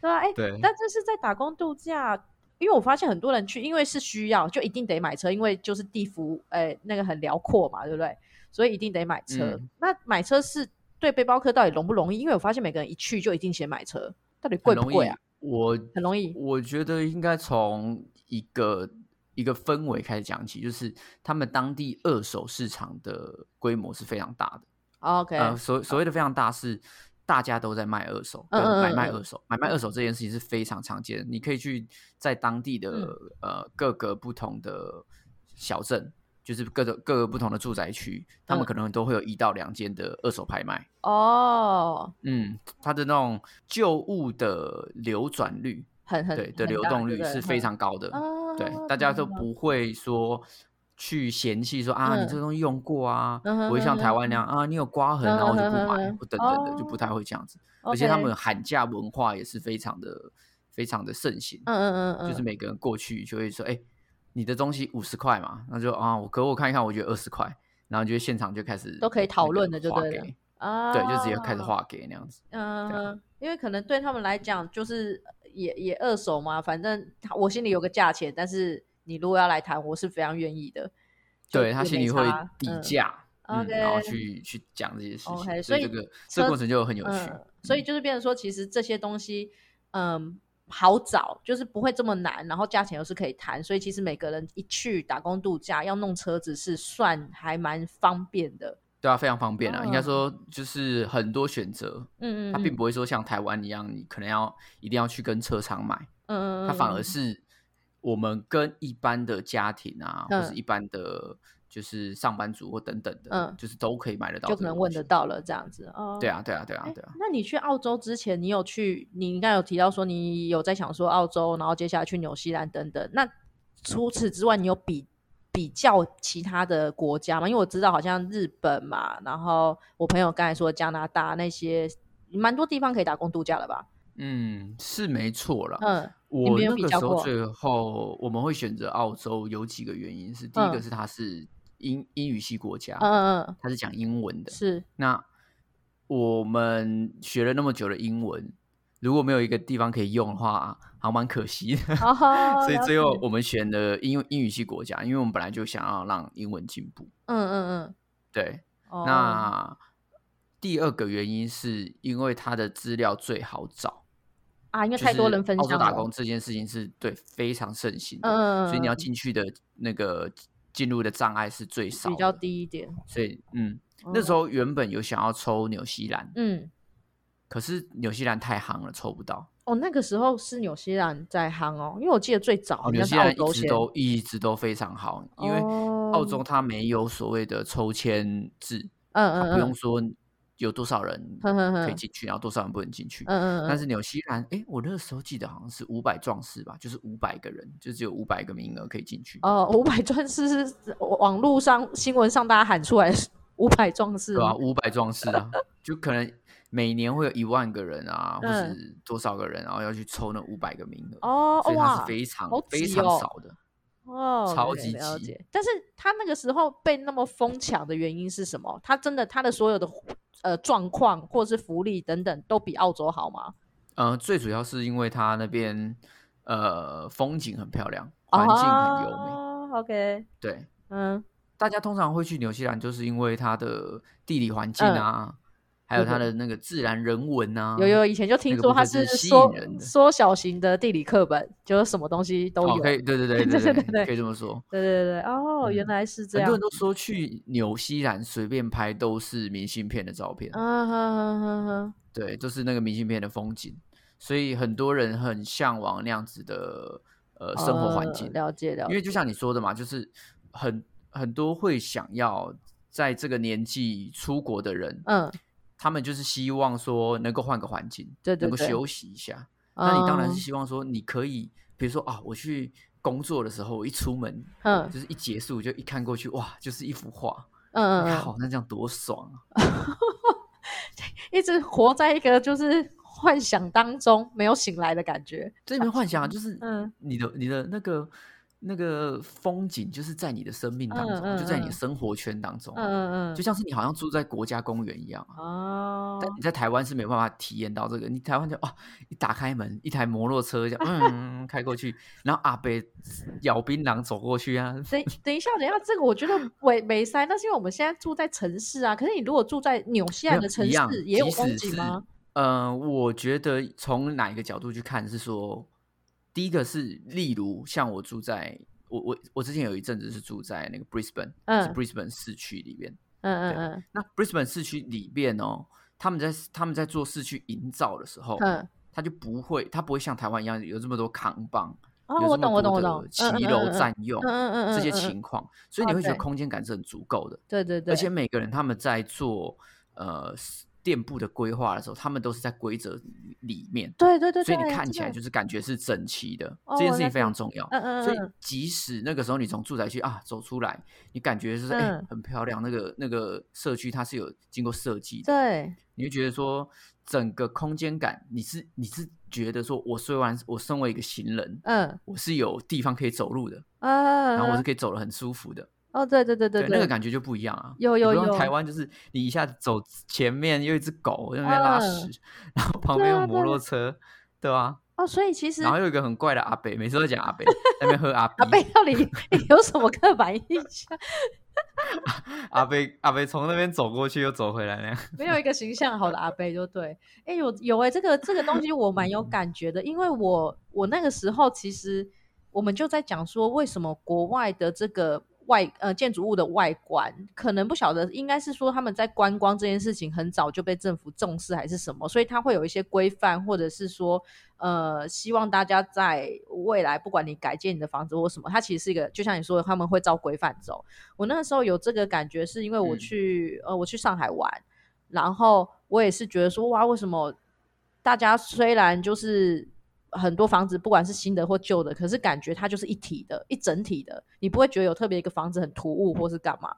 Speaker 1: 对啊，哎、
Speaker 2: 对，
Speaker 1: 但这是在打工度假，因为我发现很多人去，因为是需要，就一定得买车，因为就是地幅，哎、那个很辽阔嘛，对不对？所以一定得买车。
Speaker 2: 嗯
Speaker 1: 那买车是对背包客到底容不容易？因为我发现每个人一去就一定先买车，到底
Speaker 2: 很
Speaker 1: 贵不
Speaker 2: 容易
Speaker 1: 贵啊？
Speaker 2: 我
Speaker 1: 很容易，
Speaker 2: 我觉得应该从一个一个氛围开始讲起，就是他们当地二手市场的规模是非常大的。
Speaker 1: 哦 OK，
Speaker 2: 呃，所所谓的非常大是大家都在卖二手，
Speaker 1: 嗯
Speaker 2: 跟
Speaker 1: 嗯
Speaker 2: 买
Speaker 1: 嗯
Speaker 2: 卖
Speaker 1: 嗯
Speaker 2: 二手，买卖二手这件事情是非常常见的。你可以去在当地的、
Speaker 1: 嗯
Speaker 2: 呃各个不同的小镇，就是各个各个不同的住宅区，他们
Speaker 1: 嗯
Speaker 2: 可能都会有一到两间的二手拍卖。
Speaker 1: 哦，
Speaker 2: 嗯，它的那种旧物的流转率，
Speaker 1: 很很
Speaker 2: 对的
Speaker 1: 很
Speaker 2: 流
Speaker 1: 大
Speaker 2: 动
Speaker 1: 对不
Speaker 2: 率
Speaker 1: 对
Speaker 2: 是非
Speaker 1: 嗯
Speaker 2: 常高的。
Speaker 1: 啊，
Speaker 2: 对，大家都
Speaker 1: 懂
Speaker 2: 不会说去嫌弃说啊，你
Speaker 1: 嗯
Speaker 2: 这个东西用过啊，
Speaker 1: 嗯哼
Speaker 2: 不会像台湾那样啊，你有刮痕，然后我就不
Speaker 1: 嗯哼
Speaker 2: 买
Speaker 1: 哼，
Speaker 2: 或等等的，就不太
Speaker 1: 哦
Speaker 2: 会这样子。
Speaker 1: 懂
Speaker 2: 而且他
Speaker 1: OK
Speaker 2: 们喊价文化也是非常的、非常的盛行，
Speaker 1: 嗯嗯嗯，
Speaker 2: 就是
Speaker 1: 嗯
Speaker 2: 每个人过去就会说，哎，你的东西五十块嘛，那就啊，我可我看一看，我觉得二十块，然后就现场就开始
Speaker 1: 都可以
Speaker 2: 那
Speaker 1: 讨
Speaker 2: 个
Speaker 1: 论的就
Speaker 2: 划
Speaker 1: 对了
Speaker 2: 给
Speaker 1: 啊，
Speaker 2: 对，就直接开始划给那样子。
Speaker 1: 嗯，因为可能对他们来讲，就是呃也也二手嘛，反正他我心里有个价钱，但是你如果要来谈，我是非常愿意的。就
Speaker 2: 对他
Speaker 1: 也
Speaker 2: 心
Speaker 1: 没
Speaker 2: 里会
Speaker 1: 差
Speaker 2: 比
Speaker 1: 嗯
Speaker 2: 价，嗯，然后
Speaker 1: OK
Speaker 2: 去去讲这些事
Speaker 1: OK，
Speaker 2: 情，所
Speaker 1: 所
Speaker 2: 以这
Speaker 1: 以
Speaker 2: 个
Speaker 1: 车
Speaker 2: 这个过程就很有趣。
Speaker 1: 嗯，所以就是变成说，其实这些东西，嗯，好找，就是不会这么难，然后价钱又是可以谈，所以其实每个人一去打工度假要弄车子是算还蛮方便的。
Speaker 2: 对啊，非常方便啊，应该
Speaker 1: 嗯
Speaker 2: 说就是很多选择，
Speaker 1: 嗯嗯，
Speaker 2: 它并
Speaker 1: 嗯
Speaker 2: 不会说像台湾一样，你可能要一定要去跟车厂买，
Speaker 1: 嗯嗯，
Speaker 2: 它反而
Speaker 1: 嗯
Speaker 2: 是我们跟一般的家庭啊，或是
Speaker 1: 嗯
Speaker 2: 一般的就是上班族或等等的
Speaker 1: 嗯，
Speaker 2: 就是都可以买得到
Speaker 1: 就
Speaker 2: 这
Speaker 1: 可
Speaker 2: 个
Speaker 1: 能
Speaker 2: 东
Speaker 1: 问得
Speaker 2: 西。
Speaker 1: 到了这样子哦。
Speaker 2: 对啊，对啊，对啊
Speaker 1: 哎，，
Speaker 2: 对啊，
Speaker 1: 那你去澳洲之前，你有去？你应该有提到说你有在想说澳洲，然后接下来去纽西兰等等。那除此之外，你有比比较其他的国家吗？因为我知道好像日本嘛，然后我朋友刚才说加拿大那些，蛮多地方可以打工度假了吧？
Speaker 2: 嗯，是没错啦。
Speaker 1: 嗯你
Speaker 2: 我
Speaker 1: 没有
Speaker 2: 那
Speaker 1: 比
Speaker 2: 个时
Speaker 1: 较
Speaker 2: 候
Speaker 1: 过
Speaker 2: 最后我们会选择澳洲，有几个原因是，第一个
Speaker 1: 嗯
Speaker 2: 是它是英英语系国家，
Speaker 1: 嗯嗯嗯，
Speaker 2: 它是讲英文的。
Speaker 1: 是
Speaker 2: 那我们学了那么久的英文，如果没有一个地方可以用的话，还蛮可惜的。
Speaker 1: 哦，
Speaker 2: 所以
Speaker 1: 了
Speaker 2: 最后
Speaker 1: 解
Speaker 2: 我们选了英英语系国家，因为我们本来就想要让英文进步。
Speaker 1: 嗯嗯
Speaker 2: 对，
Speaker 1: 嗯，哦
Speaker 2: 那第二个原因是因为它的资料最好找，
Speaker 1: 啊，因为
Speaker 2: 就
Speaker 1: 太多
Speaker 2: 是
Speaker 1: 人分
Speaker 2: 澳洲
Speaker 1: 享
Speaker 2: 打
Speaker 1: 了
Speaker 2: 工这件事情是对非常盛行的，
Speaker 1: 嗯
Speaker 2: 所以你要
Speaker 1: 嗯嗯
Speaker 2: 进去的那个进入的障碍是最少
Speaker 1: 比较哦
Speaker 2: 的。
Speaker 1: 低一点。
Speaker 2: 所以，嗯，那时
Speaker 1: 候，
Speaker 2: 候原本有想要抽纽西兰，
Speaker 1: 嗯，
Speaker 2: 可是纽西兰太夯了，抽不到。
Speaker 1: 哦，那个时候是纽西兰在夯哦，因为我记得最早好
Speaker 2: 纽
Speaker 1: 像
Speaker 2: 西
Speaker 1: 是澳
Speaker 2: 兰
Speaker 1: 洲
Speaker 2: 一直
Speaker 1: 先。
Speaker 2: 都一直都非常好，因为澳洲
Speaker 1: 哦
Speaker 2: 它没有所谓的抽签制，
Speaker 1: 嗯
Speaker 2: 它
Speaker 1: 嗯
Speaker 2: 不用
Speaker 1: 嗯
Speaker 2: 说有多少人
Speaker 1: 哼哼哼
Speaker 2: 可以进去，然后多少人不能进去。
Speaker 1: 嗯嗯，
Speaker 2: 但是纽西兰，哎，我那时候记得好像是五百壮士吧，就是五百个人，就只有五百个名额可以进去，
Speaker 1: 哦，五百壮士是呃网络上新闻上大家喊出来五百壮士
Speaker 2: 对吧、
Speaker 1: 吗
Speaker 2: 啊？？五百壮士啊，就可能每年会有一万个人啊，或
Speaker 1: 嗯
Speaker 2: 是多少个人，然后要去抽那五百个名额，
Speaker 1: 哦
Speaker 2: 所以它
Speaker 1: 哇
Speaker 2: 是，非常
Speaker 1: 好
Speaker 2: 非
Speaker 1: 挤
Speaker 2: 常
Speaker 1: 哦
Speaker 2: 少的。
Speaker 1: 哦，
Speaker 2: 超
Speaker 1: 了解
Speaker 2: 级
Speaker 1: 了
Speaker 2: 挤
Speaker 1: 解。但是他那个时候被那么疯抢的原因是什么？他真的他的所有的呃状况或是福利等等都比澳洲好吗？
Speaker 2: 呃，最主要是因为它那边呃风景很漂亮，环境很优美。
Speaker 1: 哦，OK，
Speaker 2: 对，
Speaker 1: 嗯，
Speaker 2: 大家通常会去纽西兰，就是因为它的地理环境啊，还有它的那个自然人文啊。
Speaker 1: 嗯有有，以前就
Speaker 2: 那
Speaker 1: 听
Speaker 2: 个
Speaker 1: 说
Speaker 2: 部
Speaker 1: 它
Speaker 2: 分是吸
Speaker 1: 缩
Speaker 2: 引人的
Speaker 1: 缩小型的地理课本，就是什么东西都有。
Speaker 2: 哦，可以，对对
Speaker 1: 对
Speaker 2: 对
Speaker 1: 对
Speaker 2: 对
Speaker 1: 对
Speaker 2: 可以这么说。
Speaker 1: 对对对，哦，原
Speaker 2: 嗯
Speaker 1: 来是这
Speaker 2: 很
Speaker 1: 样
Speaker 2: 多人。都说去纽西兰随便拍都是明信片的照片，
Speaker 1: 啊哼哼哼
Speaker 2: 对，就是那个明信片的风景，所以很多人很向往那样子的呃
Speaker 1: 哼，
Speaker 2: 生活环
Speaker 1: 呃
Speaker 2: 境。
Speaker 1: 了解了
Speaker 2: 因
Speaker 1: 解。
Speaker 2: 为就像你说的嘛，就是很很多会想要在这个年纪出国的人，
Speaker 1: 嗯，
Speaker 2: 他们就是希望说能够换个环境，
Speaker 1: 对对
Speaker 2: 能够
Speaker 1: 对
Speaker 2: 休息一下。那你当然
Speaker 1: 嗯
Speaker 2: 是希望说你可以，比如说啊，我去工作的时候，我一出门，
Speaker 1: 嗯
Speaker 2: 就是一结束就一看过去，哇，就是一幅画，
Speaker 1: 嗯嗯嗯，
Speaker 2: 好，那这样多爽 啊！
Speaker 1: 一直活在一个就是幻想当中没有醒来的感觉。
Speaker 2: 这里面幻想啊就是
Speaker 1: 嗯
Speaker 2: 你的你的那个。那个风景就是在你的生命当中，
Speaker 1: 嗯嗯
Speaker 2: 就在你的
Speaker 1: 嗯
Speaker 2: 生活圈当中，
Speaker 1: 嗯嗯嗯，
Speaker 2: 哦就像是你好像住在国家公园一样啊。
Speaker 1: 哦，
Speaker 2: 但你在台湾是没有办法体验到这个，你台湾就哦，一打开门，一台摩托车这样嗯开过去，然后阿北咬槟榔走过去啊，
Speaker 1: 等等一下，等一下，这个我觉得没没塞，那是因为我们现在住在城市啊。可是你如果住在纽西
Speaker 2: 没
Speaker 1: 兰
Speaker 2: 有
Speaker 1: 的城
Speaker 2: 一样
Speaker 1: 市，也有
Speaker 2: 即
Speaker 1: 风
Speaker 2: 使
Speaker 1: 景
Speaker 2: 是
Speaker 1: 吗？？
Speaker 2: 呃，我觉得从哪一个角度去看是说，第一个是例如像我住在我我我之前有一阵子是住在那个 Brisbane，、是
Speaker 1: 嗯
Speaker 2: Brisbane 市区里面，
Speaker 1: 嗯嗯
Speaker 2: 那 Brisbane 市区里面哦，他们在他们在做市区营造的时候，
Speaker 1: 嗯嗯，
Speaker 2: 它就不会，它不会像台湾一样有这么多扛棒，
Speaker 1: 哦，
Speaker 2: 有
Speaker 1: 我
Speaker 2: 这
Speaker 1: 懂，我
Speaker 2: 么
Speaker 1: 懂，
Speaker 2: 多
Speaker 1: 我懂
Speaker 2: 的，骑
Speaker 1: 嗯嗯
Speaker 2: 楼
Speaker 1: 嗯
Speaker 2: 占用
Speaker 1: 嗯嗯嗯嗯，
Speaker 2: 这些
Speaker 1: 嗯，
Speaker 2: 情况，所以你
Speaker 1: 哦
Speaker 2: 会觉得
Speaker 1: 对
Speaker 2: 空间感是很足够的。
Speaker 1: 对对对，
Speaker 2: 而且每个人他们在做呃店铺的规划的时候，他们都是在规则里里面，
Speaker 1: 对对对，
Speaker 2: 所以你
Speaker 1: 对
Speaker 2: 看
Speaker 1: 真
Speaker 2: 起来
Speaker 1: 的
Speaker 2: 就是感觉是整齐的，
Speaker 1: 哦
Speaker 2: 这件
Speaker 1: 我
Speaker 2: 事
Speaker 1: 了
Speaker 2: 情非常
Speaker 1: 解
Speaker 2: 重要。
Speaker 1: 嗯嗯
Speaker 2: 所以
Speaker 1: 嗯
Speaker 2: 即使那个时候你从住宅区啊走出来，你感觉就是哎、
Speaker 1: 嗯，
Speaker 2: 很漂亮，那个那个社区它是有经过设计的，
Speaker 1: 对，
Speaker 2: 你会觉得说整个空间感，你是你是觉得说我虽然我身为一个行人，
Speaker 1: 嗯
Speaker 2: 我是有地方可以走路的，然后我
Speaker 1: 啊
Speaker 2: 是，可以走得很舒服的，
Speaker 1: 哦，对对对对
Speaker 2: 那个感觉就不一样啊。
Speaker 1: 有
Speaker 2: 你
Speaker 1: 有
Speaker 2: 不像台
Speaker 1: 有
Speaker 2: 湾就是你一下子走前面又一只狗在那边拉
Speaker 1: 嗯
Speaker 2: 屎， 然后旁
Speaker 1: 对
Speaker 2: 边有
Speaker 1: 啊
Speaker 2: 摩
Speaker 1: 对
Speaker 2: 托车，对吧、
Speaker 1: 哦，所以其实啊
Speaker 2: 然后又有一个很怪的阿北，每次都讲阿 北在那边喝阿
Speaker 1: 阿贝
Speaker 2: 比，
Speaker 1: 到底 有什么刻板印象？
Speaker 2: 阿北阿北从那边走过去又走回来那样。
Speaker 1: 没有一个形象好的阿贝就对。哎、有有哎、这个这个东西我蛮有感觉的，因为我我那个时候其实我们就在讲说，为什么国外的这个外呃建筑物的外观，可能不晓得，应该是说他们在观光这件事情很早就被政府重视还是什么，所以它会有一些规范，或者是说呃，希望大家在未来不管你改建你的房子或什么，它其实是一个就像你说的，他们会照规范走。我那个时候有这个感觉，是因为我
Speaker 2: 嗯
Speaker 1: 去、呃我去上海玩。然后我也是觉得说，哇，为什么大家虽然就是很多房子，不管是新的或旧的，可是感觉它就是一体的、一整体的，你不会觉得有特别一个房子很突兀或是干嘛。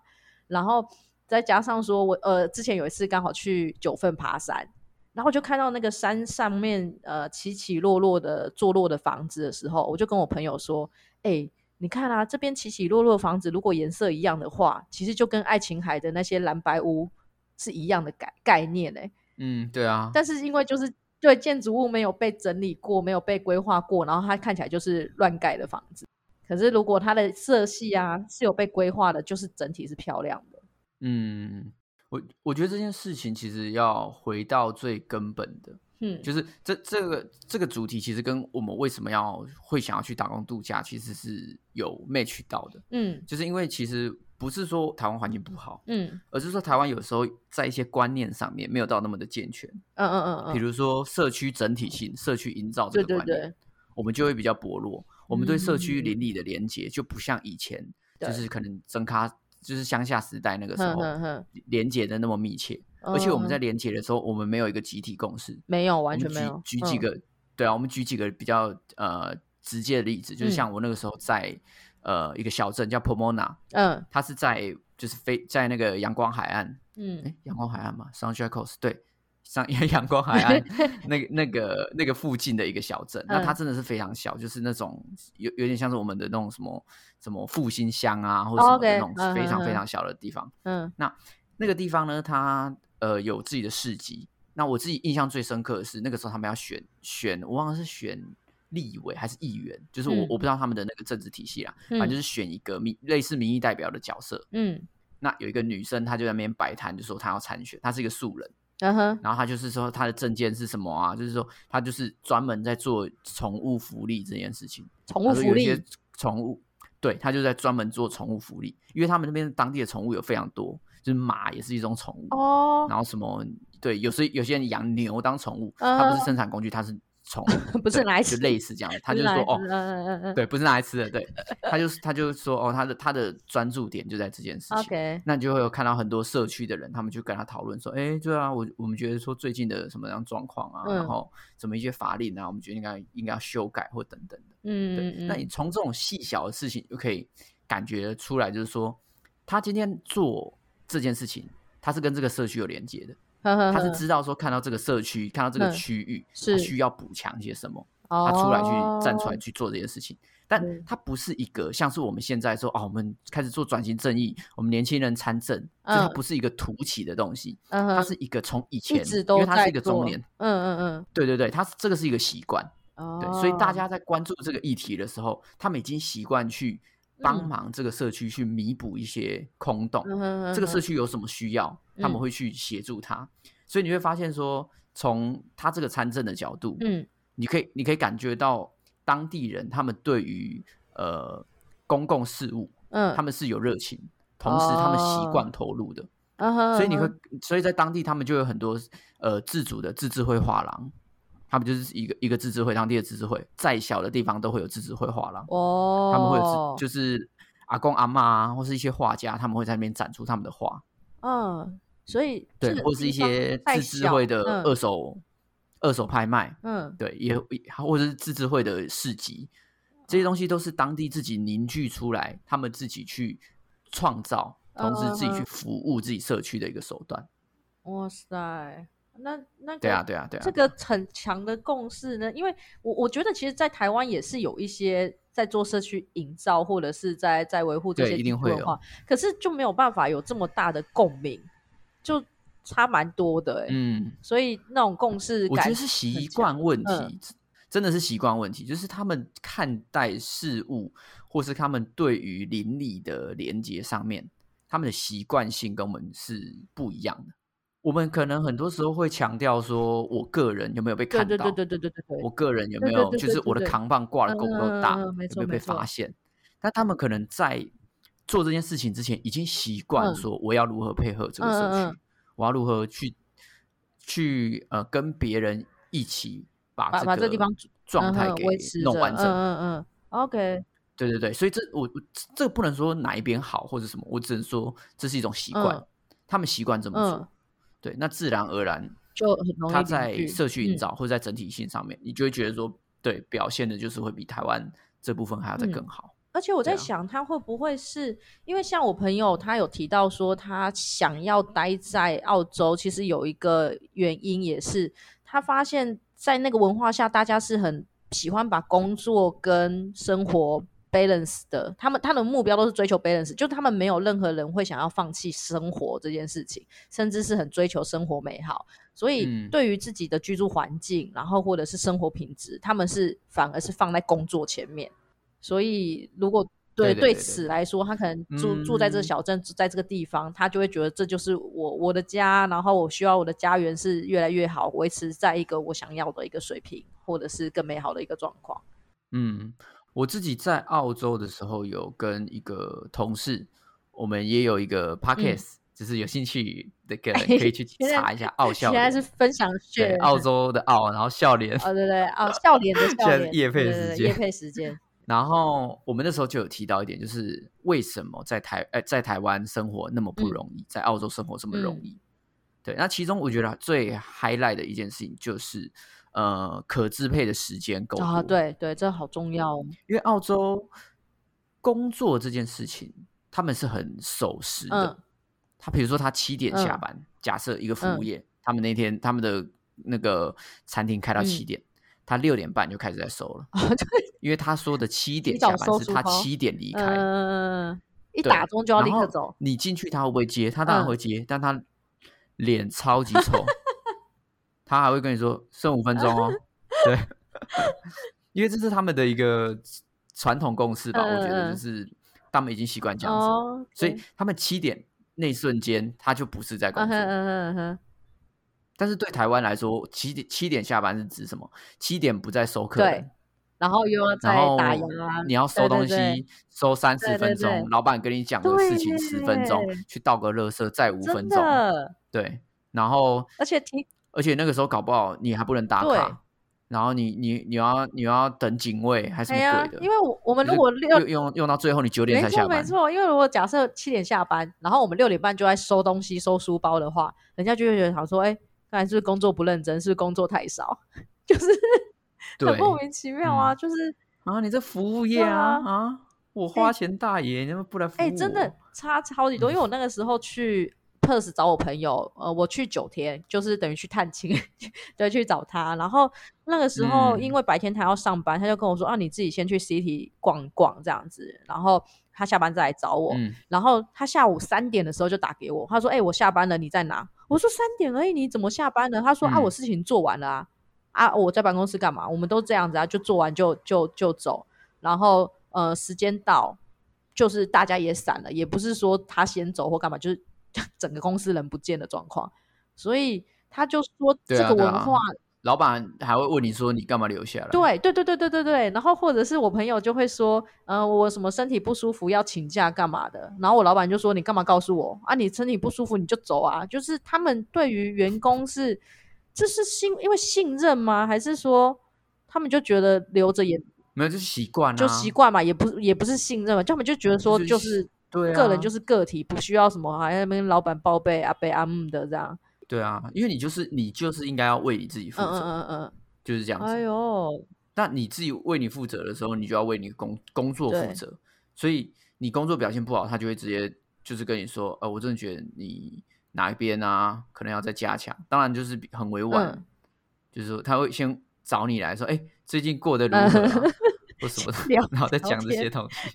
Speaker 1: 然后再加上说我呃之前有一次刚好去九份爬山，然后我就看到那个山上面呃起起落落的坐落的房子的时候，我就跟我朋友说，哎、你看啊，这边起起落落的房子，如果颜色一样的话，其实就跟爱琴海的那些蓝白屋是一样的概概念哎、
Speaker 2: 嗯，对啊，
Speaker 1: 但是因为就是对建筑物没有被整理过，没有被规划过，然后它看起来就是乱盖的房子。可是如果它的色系啊是有被规划的，就是整体是漂亮的。
Speaker 2: 嗯，我我觉得这件事情其实要回到最根本的，
Speaker 1: 嗯，
Speaker 2: 就是这这个这个主题其实跟我们为什么要会想要去打工度假，其实是有 match 到的，
Speaker 1: 嗯
Speaker 2: 就是因为其实不是说台湾环境不好，
Speaker 1: 嗯
Speaker 2: 而是说台湾有时候在一些观念上面没有到那么的健全，
Speaker 1: 嗯嗯嗯
Speaker 2: 比
Speaker 1: 嗯，
Speaker 2: 如说社区整体性、社区营造这
Speaker 1: 对
Speaker 2: 个
Speaker 1: 对
Speaker 2: 观念，
Speaker 1: 对，
Speaker 2: 我们就会比较薄弱。我们对社区
Speaker 1: 嗯
Speaker 2: 邻里的连接就不像以前，
Speaker 1: 对
Speaker 2: 就是可能增咖，就是乡下时代那个时
Speaker 1: 哼
Speaker 2: 候
Speaker 1: 哼哼，
Speaker 2: 连接的那么密切。而且我们在
Speaker 1: 嗯
Speaker 2: 连接的时候，我们没有一个集体共识，
Speaker 1: 没有
Speaker 2: 我
Speaker 1: 完
Speaker 2: 们
Speaker 1: 全没
Speaker 2: 举
Speaker 1: 有
Speaker 2: 举
Speaker 1: 嗯
Speaker 2: 几个，对啊，我们举几个比较呃直接的例子，就是
Speaker 1: 嗯
Speaker 2: 像我那个时候在呃一个小镇叫 Pomona，
Speaker 1: 嗯
Speaker 2: 它是在就是非在那个阳光海岸，
Speaker 1: 嗯
Speaker 2: 哎，阳光海岸嘛，Sunshine Coast，对，上 阳光海 岸那个那个那个附近的一个小镇，那它
Speaker 1: 嗯
Speaker 2: 真的是非常小，就是那种有有点像是我们的那种什么什么复兴乡啊，或者什
Speaker 1: 哦
Speaker 2: 么的那
Speaker 1: ，OK，
Speaker 2: 种非常
Speaker 1: 嗯嗯
Speaker 2: 非
Speaker 1: 嗯
Speaker 2: 常小的地方。
Speaker 1: 嗯
Speaker 2: 那个地方呢，它呃有自己的市集。那我自己印象最深刻的是，那个时候他们要选选，我忘了是选立委还是议员，就是我、
Speaker 1: 嗯
Speaker 2: 我不知道他们的那个政治体系啦，反
Speaker 1: 嗯
Speaker 2: 正就是选一个民类似民意代表的角色。
Speaker 1: 嗯
Speaker 2: 那有一个女生，她就在那边摆摊，就说她要参选，她是一个素人。
Speaker 1: 嗯哼
Speaker 2: 然后他就是说他的证件是什么啊？就是说他就是专门在做宠物福利这件事情。
Speaker 1: 宠
Speaker 2: 他
Speaker 1: 物
Speaker 2: 说
Speaker 1: 福
Speaker 2: 有一
Speaker 1: 利
Speaker 2: 些宠物，对他就在专门做宠物福利，因为他们那边当地的宠物有非常多，就是马也是一种宠物，
Speaker 1: 哦，
Speaker 2: 然后什么对，有时有些人养牛当宠物，
Speaker 1: 嗯，
Speaker 2: 它不是生产工具，它是宠物
Speaker 1: 不是
Speaker 2: 对
Speaker 1: 拿来吃
Speaker 2: 就类似这 样，他
Speaker 1: 不
Speaker 2: 就是说
Speaker 1: 拿来
Speaker 2: 哦
Speaker 1: 吃，嗯嗯嗯嗯
Speaker 2: 对，不是拿来吃的，对，他就是他就说哦，他的他的专注点就在这件事情。
Speaker 1: ，OK，
Speaker 2: 那你就会有看到很多社区的人，他们就跟他讨论说，哎，对啊，我我们觉得说最近的什么样状况啊，
Speaker 1: 嗯
Speaker 2: 然后什么一些法令啊，我们觉得应该应该要修改或等等的。对，
Speaker 1: 嗯嗯
Speaker 2: 那你
Speaker 1: 嗯
Speaker 2: 从这种细小的事情就可以感觉出来，就是说他今天做这件事情，他是跟这个社区有连接的，
Speaker 1: 呵呵
Speaker 2: 他是
Speaker 1: 呵
Speaker 2: 知道说看到这个社区，看到这个
Speaker 1: 嗯
Speaker 2: 区域，
Speaker 1: 是
Speaker 2: 他需要补强些什么，他出来去站出
Speaker 1: 哦
Speaker 2: 来
Speaker 1: 嗯
Speaker 2: 去做这些事情。但
Speaker 1: 对
Speaker 2: 它不是一个像是我们现在说哦，我们开始做转型正义，我们年轻人参政，就它
Speaker 1: 嗯
Speaker 2: 不是一个突起的东西，
Speaker 1: 嗯哼，
Speaker 2: 它是一个从以前，
Speaker 1: 一直
Speaker 2: 因
Speaker 1: 都
Speaker 2: 为它
Speaker 1: 在
Speaker 2: 是一个中
Speaker 1: 做
Speaker 2: 年，，
Speaker 1: 嗯嗯
Speaker 2: 对对对，它是这个是一个习惯，
Speaker 1: 嗯，
Speaker 2: 对，所以大
Speaker 1: 哦
Speaker 2: 家在关注这个议题的时候，他们已经习惯去帮
Speaker 1: 嗯
Speaker 2: 忙这个社区去弥补一些空洞，
Speaker 1: 嗯哼
Speaker 2: 这
Speaker 1: 嗯
Speaker 2: 个社区有什么需要，他们
Speaker 1: 嗯
Speaker 2: 会去协助他，所以你会发现说，从他这个参政的角度，
Speaker 1: 嗯
Speaker 2: 你可以你可以感觉到当地人他们对于呃公共事务
Speaker 1: 嗯，
Speaker 2: 他们是有热情，同时他们习惯投入的，
Speaker 1: 哦嗯哼，
Speaker 2: 所以你会
Speaker 1: 嗯哼
Speaker 2: 所以在当地他们就有很多呃自主的自治会画廊，他们就是一个一个自治会，当地的自治会，再小的地方都会有自治会画廊，
Speaker 1: 哦，
Speaker 2: 他们会有自就是阿公阿嬷啊或是一些画家，他们会在那边展出他们的画，
Speaker 1: 嗯，所以
Speaker 2: 对
Speaker 1: 这，个
Speaker 2: 或是
Speaker 1: 地
Speaker 2: 一
Speaker 1: 方
Speaker 2: 些
Speaker 1: 太
Speaker 2: 自治
Speaker 1: 小
Speaker 2: 会的
Speaker 1: 嗯
Speaker 2: 二手、二手拍卖，
Speaker 1: 嗯
Speaker 2: 对，也也或者是自治会的市集，这些
Speaker 1: 嗯
Speaker 2: 东西都是当地自己凝聚出来，他们自己去创造，同时自己去
Speaker 1: 嗯
Speaker 2: 服务自己社区的一个手段。
Speaker 1: 哇塞，那那
Speaker 2: 对
Speaker 1: 个
Speaker 2: 啊，对啊，对啊。
Speaker 1: 这个很强的共识呢，因为我我觉得其实，在台湾也是有一些在做社区营造或者是在在维护这
Speaker 2: 对
Speaker 1: 些
Speaker 2: 一定
Speaker 1: 地区
Speaker 2: 会
Speaker 1: 文
Speaker 2: 有
Speaker 1: 化，可是就没有办法有这么大的共鸣，就差蛮多的哎、
Speaker 2: 嗯，
Speaker 1: 所以那种共识
Speaker 2: 我觉
Speaker 1: 感
Speaker 2: 得是
Speaker 1: 很
Speaker 2: 习
Speaker 1: 强
Speaker 2: 惯问题，
Speaker 1: 嗯
Speaker 2: 真的是习惯问题，就是他们看待事物，或是他们对于邻里的连接上面，他们的习惯性跟我们是不一样的。我们可能很多时候会强调说，我个人有没有被
Speaker 1: 对
Speaker 2: 看
Speaker 1: 对
Speaker 2: 到，
Speaker 1: 对对对对对对，
Speaker 2: 我个人有
Speaker 1: 对
Speaker 2: 没
Speaker 1: 对
Speaker 2: 有，
Speaker 1: 对
Speaker 2: 就
Speaker 1: 对
Speaker 2: 是
Speaker 1: 对
Speaker 2: 我的
Speaker 1: 对
Speaker 2: 扛棒挂的
Speaker 1: 嗯
Speaker 2: 够不够
Speaker 1: 嗯
Speaker 2: 大，
Speaker 1: 嗯嗯没
Speaker 2: 有没
Speaker 1: 错
Speaker 2: 有
Speaker 1: 没
Speaker 2: 被
Speaker 1: 错
Speaker 2: 发现？但他们可能在做这件事情之前，已经习惯
Speaker 1: 嗯
Speaker 2: 说我要如何配合这个
Speaker 1: 嗯
Speaker 2: 社
Speaker 1: 嗯
Speaker 2: 区，我要如何去去呃跟别人一起把
Speaker 1: 把
Speaker 2: 这
Speaker 1: 把这
Speaker 2: 个
Speaker 1: 地方
Speaker 2: 状态
Speaker 1: 嗯哼
Speaker 2: 给
Speaker 1: 维持着，
Speaker 2: 弄完
Speaker 1: 嗯
Speaker 2: 整。
Speaker 1: 嗯嗯，OK，
Speaker 2: 对对对，所以这我我这这不能说哪一边好或者什么，我只能说这是一种习惯，
Speaker 1: 嗯
Speaker 2: 他们习惯这么做。
Speaker 1: 嗯
Speaker 2: 对，那自然而然
Speaker 1: 就很容易
Speaker 2: 他
Speaker 1: 凝
Speaker 2: 在
Speaker 1: 聚
Speaker 2: 社区营
Speaker 1: 嗯
Speaker 2: 造或者在整体性上面，你就会觉得说，对，表现的就是会比台湾这部分还要再更
Speaker 1: 嗯
Speaker 2: 好。
Speaker 1: 而且我在
Speaker 2: 对啊
Speaker 1: 想，他会不会是因为像我朋友，他有提到说他想要待在澳洲，其实有一个原因也是他发现，在那个文化下，大家是很喜欢把工作跟生活 balance 的，他们他们的目标都是追求 balance，就他们没有任何人会想要放弃生活这件事情，甚至是很追求生活美好。所以
Speaker 2: 嗯
Speaker 1: 对于自己的居住环境，然后或者是生活品质，他们是反而是放在工作前面。所以如果对
Speaker 2: 对对对对
Speaker 1: 此来说，他可能住、住在这个
Speaker 2: 嗯
Speaker 1: 小镇，住在这个地方，他就会觉得这就是我我的家，然后我需要我的家园是越来越好，维持在一个我想要的一个水平，或者是更美好的一个状况。
Speaker 2: 嗯，我自己在澳洲的时候有跟一个同事，我们也有一
Speaker 1: 嗯
Speaker 2: 个 podcast，、就是有兴趣的个
Speaker 1: 哎
Speaker 2: 人可以去
Speaker 1: 现在
Speaker 2: 查一下澳
Speaker 1: 现
Speaker 2: 笑脸，
Speaker 1: 在是分享
Speaker 2: 对
Speaker 1: 学
Speaker 2: 澳洲的澳，然后笑脸。
Speaker 1: 哦，对对哦，笑 脸的笑
Speaker 2: 在是
Speaker 1: 脸，
Speaker 2: 业配
Speaker 1: 对
Speaker 2: 时
Speaker 1: 对对
Speaker 2: 间
Speaker 1: 业配时间，啊
Speaker 2: 然后我们那时候就有提到一点，就是为什么在台呃在台湾生活那么不容易，在澳洲生活这么容易？对，那其中我觉得最 highlight 的一件事情就是，呃，可支配的时间够多。
Speaker 1: 啊，，对对，这好重要哦，
Speaker 2: 因为澳洲工作这件事情，他们是很守时的。
Speaker 1: 嗯
Speaker 2: 他比如说他七点下
Speaker 1: 嗯
Speaker 2: 班，假设一个服务
Speaker 1: 嗯
Speaker 2: 业，他们那天他们的那个餐厅开到七
Speaker 1: 嗯
Speaker 2: 点，他六点半就开始在收了，
Speaker 1: 啊，对，
Speaker 2: 因为他说的七点
Speaker 1: 提早
Speaker 2: 下
Speaker 1: 收
Speaker 2: 班是
Speaker 1: 书
Speaker 2: 他
Speaker 1: 包
Speaker 2: 七点离开。
Speaker 1: 嗯，一
Speaker 2: 对
Speaker 1: 打钟就要立
Speaker 2: 然
Speaker 1: 刻
Speaker 2: 后
Speaker 1: 走，
Speaker 2: 你进去他会不会接？他当
Speaker 1: 嗯
Speaker 2: 然会接，但他脸超级臭， 他还会跟你说剩五分钟哦。对，因为这是他们的一个传统共识吧，我觉
Speaker 1: 嗯嗯
Speaker 2: 得
Speaker 1: 嗯
Speaker 2: 就是他们已经习惯这样子，
Speaker 1: 哦，
Speaker 2: 所
Speaker 1: 对
Speaker 2: 以他们七点那一瞬间他就不是在工
Speaker 1: 嗯哼
Speaker 2: 作。
Speaker 1: 嗯哼嗯哼，
Speaker 2: 但是对台湾来说，七点七点下班是指什么？七点不再收客
Speaker 1: 对
Speaker 2: 人，
Speaker 1: 然后又要再
Speaker 2: 然后
Speaker 1: 打烊啊，
Speaker 2: 你要
Speaker 1: 对对
Speaker 2: 收东西
Speaker 1: 对
Speaker 2: 收三十
Speaker 1: 对对
Speaker 2: 分钟，
Speaker 1: 对
Speaker 2: 老板跟你讲的事情
Speaker 1: 对
Speaker 2: 十分钟，去倒个垃圾再五
Speaker 1: 真
Speaker 2: 分钟，
Speaker 1: 的，
Speaker 2: 对，然后
Speaker 1: 而且提
Speaker 2: 而且那个时候搞不好你还不能打
Speaker 1: 对
Speaker 2: 卡，然后你你你要你要等警卫还是
Speaker 1: 哎
Speaker 2: 什么
Speaker 1: 呀
Speaker 2: 鬼的，，
Speaker 1: 因为我我们
Speaker 2: 就
Speaker 1: 如
Speaker 2: 是
Speaker 1: 果六
Speaker 2: 用用用到最后你九点
Speaker 1: 没
Speaker 2: 才下
Speaker 1: 错没
Speaker 2: 班，
Speaker 1: 错，因为如果假设七点下班，然后我们六点半就在收东西、收书包的话，人家就会觉得想说，哎、刚才是不是工作不认真，是不是工作太少，就是很
Speaker 2: 对
Speaker 1: 莫名其妙啊，
Speaker 2: 嗯
Speaker 1: 就是
Speaker 2: 啊，你这服务业啊
Speaker 1: 对
Speaker 2: 啊，我花钱大爷，你怎么不来服务我？
Speaker 1: 哎、真的差超级多，因为我那个时候去。Perth 找我朋友，呃，我去九天，就是等于去探亲， 对，去找他。然后那个时候，
Speaker 2: 嗯
Speaker 1: 因为白天他要上班，他就跟我说：“啊，你自己先去 City 逛逛这样子。”然后他下班再来找我。
Speaker 2: 嗯，
Speaker 1: 然后他下午三点的时候就打给我，他说：“哎、我下班了，你在哪？”我说：“三点而已，你怎么下班了？”他说：“啊，
Speaker 2: 嗯
Speaker 1: 我事情做完了啊，啊，我在办公室干嘛？我们都这样子啊，就做完就就就走。然后呃，时间到，就是大家也散了，也不是说他先走或干嘛，就是 整个公司人不见的状况。所以他就说
Speaker 2: 对
Speaker 1: 这
Speaker 2: 啊
Speaker 1: 个
Speaker 2: 对
Speaker 1: 文
Speaker 2: 啊
Speaker 1: 化
Speaker 2: 老板还会问你说你干嘛留下来？
Speaker 1: 对对对对对对对，然后或者是我朋友就会说，呃，我什么身体不舒服要请假干嘛的，然后我老板就说你干嘛告诉我啊？你身体不舒服你就走啊！就是他们对于员工是这是信因为信任吗？还是说他们就觉得留着也
Speaker 2: 没有就是习惯啊，
Speaker 1: 就习惯嘛，也不也不是信任嘛，就他们就觉得说
Speaker 2: 就是
Speaker 1: 就是
Speaker 2: 对、啊，
Speaker 1: 个人就是个体，不需要什么还在那边老板报备啊被阿姆的这样，
Speaker 2: 对啊，因为你就是你就是应该要为你自己负
Speaker 1: 嗯
Speaker 2: 责，
Speaker 1: 嗯嗯
Speaker 2: 就是这样
Speaker 1: 嗯，
Speaker 2: 子。
Speaker 1: 哎呦，
Speaker 2: 那你自己为你负责的时候，你就要为你工工作负
Speaker 1: 对
Speaker 2: 责。所以你工作表现不好，他就会直接就是跟你说，呃，我真的觉得你哪一边啊，可能要再加强。当然就是比很委婉，
Speaker 1: 嗯
Speaker 2: 就是说他会先找你来说，哎，最近过得如何、 啊
Speaker 1: 嗯？
Speaker 2: 或什么的
Speaker 1: 聊
Speaker 2: 然后再
Speaker 1: 聊
Speaker 2: 讲这
Speaker 1: 天
Speaker 2: 些东西，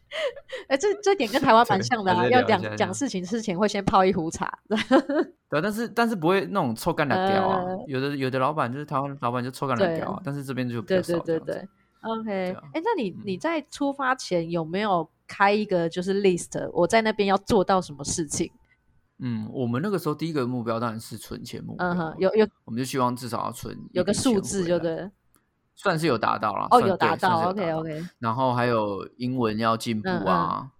Speaker 1: 哎、这这点跟台湾蛮
Speaker 2: 对
Speaker 1: 像的、
Speaker 2: 还
Speaker 1: 啊，
Speaker 2: 是
Speaker 1: 要
Speaker 2: 聊一
Speaker 1: 讲
Speaker 2: 下这
Speaker 1: 讲
Speaker 2: 样
Speaker 1: 事情之前会先泡一壶茶，
Speaker 2: 对啊，但是但是不会那种臭干两屌啊，
Speaker 1: 呃
Speaker 2: 有的有的老板就是台湾老板就臭干两
Speaker 1: 对
Speaker 2: 屌啊，但是这边就比较
Speaker 1: 对
Speaker 2: 少
Speaker 1: 对
Speaker 2: 这
Speaker 1: 对
Speaker 2: 样子
Speaker 1: 对，OK，哎、
Speaker 2: 啊
Speaker 1: 那你你
Speaker 2: 嗯
Speaker 1: 在出发前有没有开一个就是 list？我在那边要做到什么事情？
Speaker 2: 嗯，我们那个时候第一个目标当然是存钱目标
Speaker 1: 嗯
Speaker 2: 嘛，
Speaker 1: 哼，有有
Speaker 2: 我们就希望至少要存一
Speaker 1: 有个
Speaker 2: 笔
Speaker 1: 数
Speaker 2: 钱
Speaker 1: 字
Speaker 2: 回
Speaker 1: 就
Speaker 2: 来
Speaker 1: 对，了。
Speaker 2: 算是有达到了。
Speaker 1: 哦，
Speaker 2: 算
Speaker 1: 有达
Speaker 2: 对算是
Speaker 1: 到
Speaker 2: 有达
Speaker 1: ，OK OK，
Speaker 2: 然后还有英文要进步
Speaker 1: 嗯嗯
Speaker 2: 啊，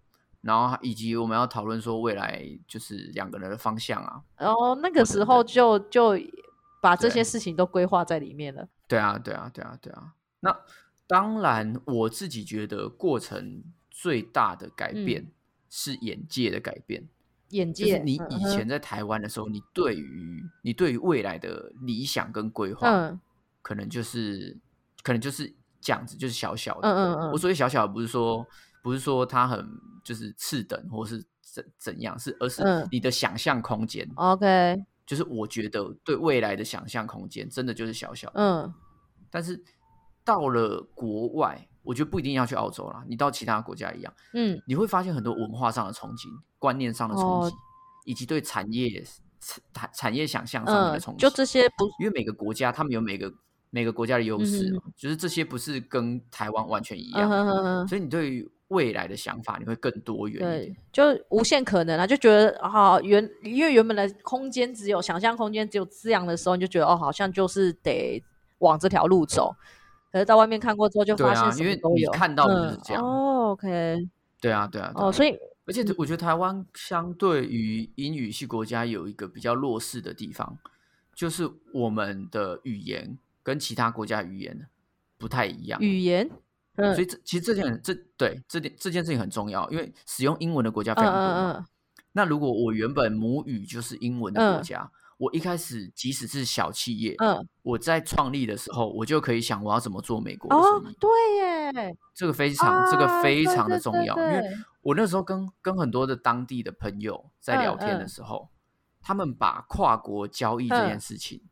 Speaker 2: 然后以及我们要讨论说未来就是两个人的方向啊。
Speaker 1: 然后哦那个
Speaker 2: 我
Speaker 1: 时
Speaker 2: 等
Speaker 1: 候
Speaker 2: 等
Speaker 1: 就就把这
Speaker 2: 对
Speaker 1: 些事情都规划在里面了，
Speaker 2: 对啊，对啊，对啊，对啊。那当然，我自己觉得过程最大的改
Speaker 1: 嗯
Speaker 2: 变是眼界的改变。
Speaker 1: 眼
Speaker 2: 就是
Speaker 1: 界，
Speaker 2: 你
Speaker 1: 嗯
Speaker 2: 以前在台湾的时候，你对于你对于未来的理想跟规划，
Speaker 1: 嗯
Speaker 2: 可能就是可能就是这样子，就是小小
Speaker 1: 嗯
Speaker 2: 的。
Speaker 1: 嗯嗯
Speaker 2: 我所谓小小的，不是说不是说它很就是次等或是怎怎样，是而是
Speaker 1: 嗯
Speaker 2: 你的想象空间。
Speaker 1: ，OK，
Speaker 2: 就是我觉得对未来的想象空间真的就是小小的，
Speaker 1: 嗯
Speaker 2: 但是到了国外，我我觉得不一定要去澳洲啦，你到其他国家一样，
Speaker 1: 嗯，
Speaker 2: 你会发现很多文化上的冲击、观念上的冲击，
Speaker 1: 哦
Speaker 2: 以及对产业产产业想象上
Speaker 1: 嗯
Speaker 2: 面的冲，击。
Speaker 1: 就这些不，
Speaker 2: 因为每个国家他们有每个每个国家的优势
Speaker 1: 嗯
Speaker 2: 嘛，就是这些不是跟台湾完全一
Speaker 1: 嗯
Speaker 2: 样，
Speaker 1: 哼哼哼，
Speaker 2: 所以你对于未来的想法你会更多元一
Speaker 1: 对
Speaker 2: 点。，
Speaker 1: 就无限可能啊，就觉得好、原，因为原本的空间只有想象空间只有这样的时候，你就觉得哦，好像就是得往这条路走。可是到外面看过之后，就
Speaker 2: 对
Speaker 1: 发
Speaker 2: 啊
Speaker 1: 现什
Speaker 2: 因
Speaker 1: 么
Speaker 2: 为
Speaker 1: 都
Speaker 2: 你
Speaker 1: 有，
Speaker 2: 看到的就是这样
Speaker 1: 嗯、哦，OK，
Speaker 2: 对啊，对啊，对啊
Speaker 1: 哦，所以
Speaker 2: 而且我觉得台湾相对于英语系国家有一个比较弱势的地方，就是我们的语言跟其他国家语言不太一样。
Speaker 1: 语言，嗯
Speaker 2: 所以这其实这件很这对这点这件事情很重要，因为使用英文的国家
Speaker 1: 嗯
Speaker 2: 非常多嘛。
Speaker 1: 嗯嗯，
Speaker 2: 那如果我原本母语就是英文的国家，我一开始即使是小企业，
Speaker 1: 嗯
Speaker 2: 我在创立的时候，我就可以想我要怎么做美国的
Speaker 1: 哦
Speaker 2: 生意。，
Speaker 1: 对耶，
Speaker 2: 这个非常、这个
Speaker 1: 啊
Speaker 2: 非
Speaker 1: 对
Speaker 2: 常的
Speaker 1: 对
Speaker 2: 重
Speaker 1: 对
Speaker 2: 要，因
Speaker 1: 对
Speaker 2: 为我那时候跟跟很多的当地的朋友在聊
Speaker 1: 嗯
Speaker 2: 天的
Speaker 1: 嗯
Speaker 2: 时候，他们把跨国交易这件
Speaker 1: 嗯
Speaker 2: 事情、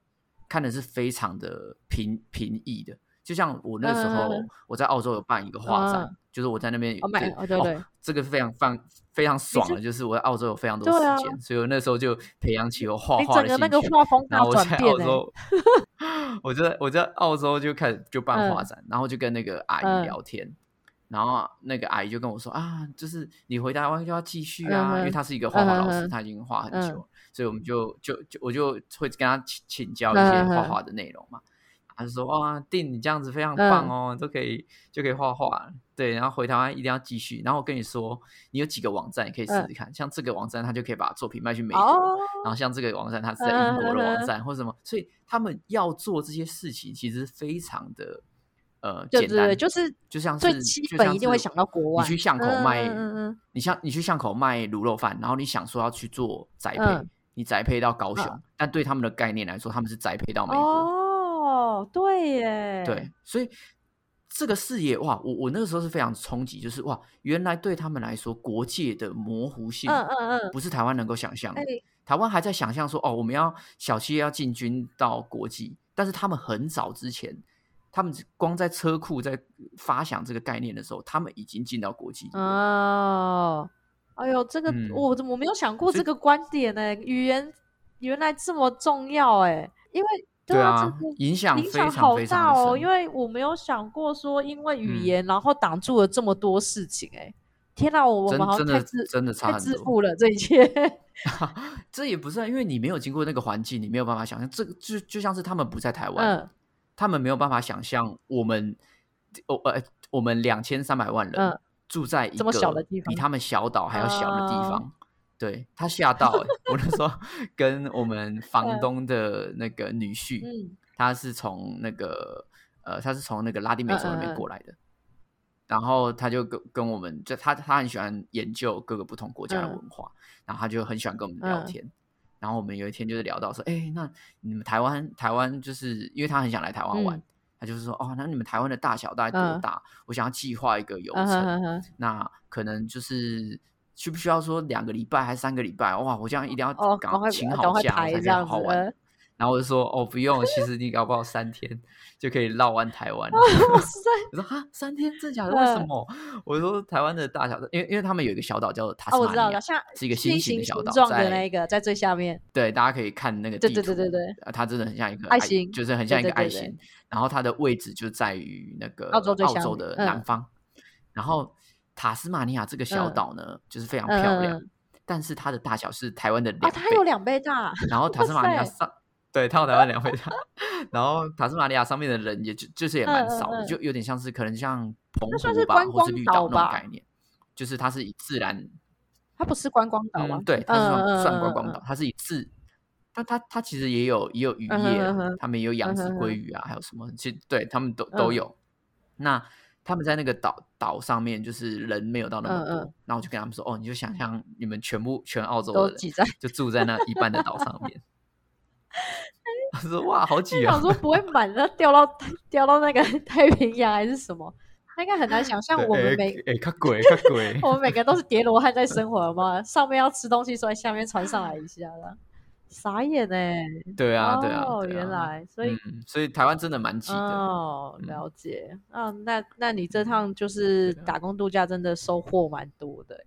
Speaker 2: 看的是非常的平平易的。就像我那时候
Speaker 1: 嗯嗯嗯
Speaker 2: 我在澳洲有办一个画展，
Speaker 1: 嗯
Speaker 2: 就是我在那边有
Speaker 1: 哦买
Speaker 2: 对
Speaker 1: 哦对对
Speaker 2: 这个非常放非常爽
Speaker 1: 这
Speaker 2: 的，就是我在澳洲有非常多时
Speaker 1: 对啊
Speaker 2: 间，所以我那时候就培养起我画
Speaker 1: 你整
Speaker 2: 画的
Speaker 1: 个
Speaker 2: 兴
Speaker 1: 那个
Speaker 2: 趣。
Speaker 1: 画风
Speaker 2: 然
Speaker 1: 大
Speaker 2: 后我
Speaker 1: 转
Speaker 2: 在
Speaker 1: 变欸
Speaker 2: 澳
Speaker 1: 呢，
Speaker 2: 洲， 我就在我在澳洲就开始就办画
Speaker 1: 嗯
Speaker 2: 展，然后就跟那个阿姨
Speaker 1: 嗯
Speaker 2: 聊天，然后那个阿姨就跟我说啊，就是你回台湾就要继续啊，因为
Speaker 1: 嗯哼
Speaker 2: 她是一个画画老
Speaker 1: 嗯
Speaker 2: 师，
Speaker 1: 哼
Speaker 2: 她已经画很
Speaker 1: 嗯
Speaker 2: 久了，所以我们就就就我就会跟她请请教一些
Speaker 1: 嗯
Speaker 2: 画
Speaker 1: 哼
Speaker 2: 画的内容嘛。她就说哇，定你这样子非常棒
Speaker 1: 嗯
Speaker 2: 哦，都可以就可以画画，对，然后回台湾一定要继续。然后我跟你说，你有几个网站你可以试
Speaker 1: 嗯
Speaker 2: 试看，像这个网站它就可以把作品卖去美国，
Speaker 1: 哦，
Speaker 2: 然后像这个网站，它是在英国
Speaker 1: 嗯
Speaker 2: 的网站或什么，所以他们要做这些事情，其实非常的呃
Speaker 1: 对
Speaker 2: 简
Speaker 1: 对对，
Speaker 2: 单，
Speaker 1: 就是
Speaker 2: 就像
Speaker 1: 最
Speaker 2: 是
Speaker 1: 基
Speaker 2: 就
Speaker 1: 本
Speaker 2: 像
Speaker 1: 一定会
Speaker 2: 是
Speaker 1: 想到国外
Speaker 2: 你去巷口卖，
Speaker 1: 嗯嗯嗯
Speaker 2: 你像你去巷口卖卤肉饭，然后你想说要去做宅配，
Speaker 1: 嗯
Speaker 2: 你宅配到高雄，
Speaker 1: 嗯
Speaker 2: 但对他们的概念来说，他们是宅配到美国，
Speaker 1: 哦，对耶，嗯
Speaker 2: 对，所以这个视野哇，我我那个时候是非常冲击，就是哇，原来对他们来说，国界的模糊性，
Speaker 1: 嗯嗯嗯
Speaker 2: 不是台湾能够想象的。
Speaker 1: 哎
Speaker 2: 台湾还在想象说，哦，我们要小企业要进军到国际，但是他们很早之前，他们光在车库在发想这个概念的时候，他们已经进到国际里面
Speaker 1: 啊
Speaker 2: 了。
Speaker 1: 哦，哎呦，这个
Speaker 2: 嗯
Speaker 1: 我怎么没有想过
Speaker 2: 所以
Speaker 1: 这个观点呢？语言原来这么重要哎，因为
Speaker 2: 对
Speaker 1: 啊，
Speaker 2: 啊
Speaker 1: 这个，
Speaker 2: 影响
Speaker 1: 影
Speaker 2: 非
Speaker 1: 响
Speaker 2: 常
Speaker 1: 好
Speaker 2: 非常
Speaker 1: 大
Speaker 2: 的
Speaker 1: 哦，
Speaker 2: 深
Speaker 1: 因。为我没有想过说因为语
Speaker 2: 嗯
Speaker 1: 言然后挡住了这么多事情哎，天哪，我我
Speaker 2: 真
Speaker 1: 们好像
Speaker 2: 真
Speaker 1: 太
Speaker 2: 的
Speaker 1: 自
Speaker 2: 真的
Speaker 1: 太
Speaker 2: 差很
Speaker 1: 自
Speaker 2: 多，
Speaker 1: 负了这一切，
Speaker 2: 这也不是、啊、因为你没有经过那个环境，你没有办法想象。这个就就像是他们不在台湾，
Speaker 1: 嗯
Speaker 2: 他们没有办法想象我们，哦呃，我们两千三百万人
Speaker 1: 嗯
Speaker 2: 住在一
Speaker 1: 这么小的
Speaker 2: 个
Speaker 1: 地方
Speaker 2: 比他们小岛还要小的地
Speaker 1: 啊
Speaker 2: 方。对他吓到、欸，我那时候跟我们房东的那个女婿，
Speaker 1: 嗯
Speaker 2: 他是从那个呃，他是从那个拉丁美洲那
Speaker 1: 嗯
Speaker 2: 边
Speaker 1: 嗯嗯
Speaker 2: 过来的，然后他就跟跟我们，就他他很喜欢研究各个不同国家的
Speaker 1: 嗯
Speaker 2: 文化，然后他就很喜欢跟我们聊
Speaker 1: 嗯
Speaker 2: 天。然后我们有一天就是聊到说，哎、那你们台湾台湾就是因为他很想来台湾玩，
Speaker 1: 嗯
Speaker 2: 他就是说，哦，那你们台湾的大小大概多
Speaker 1: 嗯
Speaker 2: 大？我想要计划一个游
Speaker 1: 嗯
Speaker 2: 程，
Speaker 1: 哼哼哼，
Speaker 2: 那可能就是需不需要说两个礼拜还是三个礼拜？哇，我这样一定要
Speaker 1: 哦，
Speaker 2: 赶
Speaker 1: 赶快
Speaker 2: 请
Speaker 1: 赶
Speaker 2: 好
Speaker 1: 快
Speaker 2: 假，我
Speaker 1: 排这
Speaker 2: 才可以好
Speaker 1: 样子
Speaker 2: 好，玩
Speaker 1: 呃
Speaker 2: 然后我就说哦，不用，其实你搞不好三天就可以绕完台 湾。
Speaker 1: 哇塞，
Speaker 2: 我说哈，三天真假的？为什
Speaker 1: 嗯
Speaker 2: 么？我说台湾的大小，因为因为他们有一个小岛叫做
Speaker 1: 啊，
Speaker 2: 塔斯
Speaker 1: 我
Speaker 2: 马
Speaker 1: 知道
Speaker 2: 尼亚
Speaker 1: 了，，像
Speaker 2: 是一个
Speaker 1: 心
Speaker 2: 心
Speaker 1: 形
Speaker 2: 形的小
Speaker 1: 形
Speaker 2: 岛，
Speaker 1: 状的
Speaker 2: 在
Speaker 1: 那一个在最下面，
Speaker 2: 对，大家可以看那个
Speaker 1: 对
Speaker 2: 地
Speaker 1: 对
Speaker 2: 图，
Speaker 1: 对对对，
Speaker 2: 呃它真的很像一个
Speaker 1: 爱
Speaker 2: 爱，
Speaker 1: 心
Speaker 2: 就是很
Speaker 1: 对
Speaker 2: 像一
Speaker 1: 对
Speaker 2: 个爱
Speaker 1: 对对
Speaker 2: 心。然后它的位置就在于那个
Speaker 1: 澳洲最下面
Speaker 2: 的
Speaker 1: 嗯
Speaker 2: 南方。然后塔斯马尼亚这个小
Speaker 1: 嗯
Speaker 2: 岛呢，就是非常
Speaker 1: 嗯
Speaker 2: 漂
Speaker 1: 嗯
Speaker 2: 亮，
Speaker 1: 嗯
Speaker 2: 但是它的大小是台湾的
Speaker 1: 啊，
Speaker 2: 两倍。
Speaker 1: 它有两倍大，
Speaker 2: 然后塔
Speaker 1: 哇
Speaker 2: 斯马尼亚
Speaker 1: 塞
Speaker 2: 上，对，它有台湾两倍大。然后塔斯马尼亚上面的人也就就是也蛮
Speaker 1: 嗯嗯
Speaker 2: 少的，
Speaker 1: 嗯
Speaker 2: 就有点像是可能像澎
Speaker 1: 那算
Speaker 2: 湖
Speaker 1: 是
Speaker 2: 吧，
Speaker 1: 观
Speaker 2: 或
Speaker 1: 光
Speaker 2: 是绿
Speaker 1: 岛
Speaker 2: 岛那种
Speaker 1: 吧
Speaker 2: 概念，就是它是以自然
Speaker 1: 它不是观光岛吗
Speaker 2: 嗯，？对，它是
Speaker 1: 嗯
Speaker 2: 算算观光
Speaker 1: 嗯
Speaker 2: 岛，它是以自，但它它其实也有也有渔
Speaker 1: 嗯哼
Speaker 2: 业
Speaker 1: 嗯
Speaker 2: 啊
Speaker 1: 哼，
Speaker 2: 他们也有养
Speaker 1: 嗯
Speaker 2: 殖
Speaker 1: 哼
Speaker 2: 鲑
Speaker 1: 哼
Speaker 2: 鱼啊，还有什么，其实对他们都都
Speaker 1: 嗯
Speaker 2: 有。那他们在那个岛岛上面，就是人没有到那么
Speaker 1: 嗯
Speaker 2: 多
Speaker 1: 嗯，
Speaker 2: 然后我就跟他们说，哦，你就想象你们全部全澳洲
Speaker 1: 都
Speaker 2: 的人
Speaker 1: 挤在，
Speaker 2: 就住在那一半的岛上 面。他说哇，好挤啊
Speaker 1: 想！说不会满了掉到掉到那个 太平洋还是什么？那应该很难想象
Speaker 2: 对，
Speaker 1: 我们
Speaker 2: 哎
Speaker 1: 每
Speaker 2: 哎，看鬼看鬼
Speaker 1: 我们每个人都是叠罗汉在生活嘛，上面要吃东西，所以下面传上来一下的。傻眼哎、
Speaker 2: 对啊，对啊，
Speaker 1: 哦，
Speaker 2: 对啊
Speaker 1: 原来，所以
Speaker 2: 嗯，所以台湾真的蛮挤的，
Speaker 1: 哦，
Speaker 2: 嗯
Speaker 1: 了解。啊，那那你这趟就是
Speaker 2: 对啊
Speaker 1: 打工度假，真的收获蛮多的欸。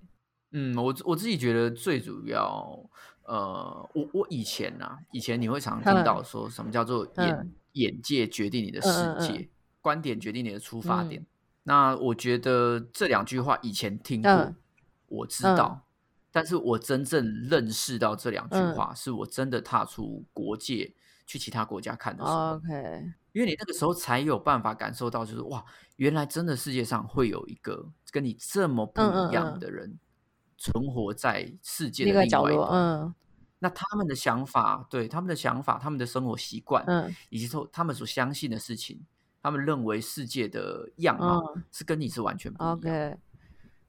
Speaker 2: 嗯，我我自己觉得最主要，呃，我我以前啊，以前你会常听到说什么叫做眼、
Speaker 1: 嗯
Speaker 2: 眼界决定你的世
Speaker 1: 嗯嗯嗯嗯
Speaker 2: 界，观点决定你的出发点。那我觉得这两句话以前听过，
Speaker 1: 嗯
Speaker 2: 我知
Speaker 1: 嗯
Speaker 2: 道，但是我真正认识到这两句
Speaker 1: 嗯
Speaker 2: 话，是我真的踏出国界去其他国家看的时候。
Speaker 1: OK，
Speaker 2: 因为你那个时候才有办法感受到，就是哇，原来真的世界上会有一个跟你这么不
Speaker 1: 嗯嗯
Speaker 2: 一样
Speaker 1: 嗯
Speaker 2: 的人，存活在世界
Speaker 1: 那
Speaker 2: 的
Speaker 1: 个
Speaker 2: 另
Speaker 1: 角
Speaker 2: 外一
Speaker 1: 落，
Speaker 2: 端。
Speaker 1: 嗯
Speaker 2: 那他们的想法，对他们的想法，他们的生活习惯，
Speaker 1: 嗯
Speaker 2: 以及说他们所相信的事情，他们认为世界的样貌
Speaker 1: 嗯
Speaker 2: 是跟你是完全不一样的。
Speaker 1: ，OK，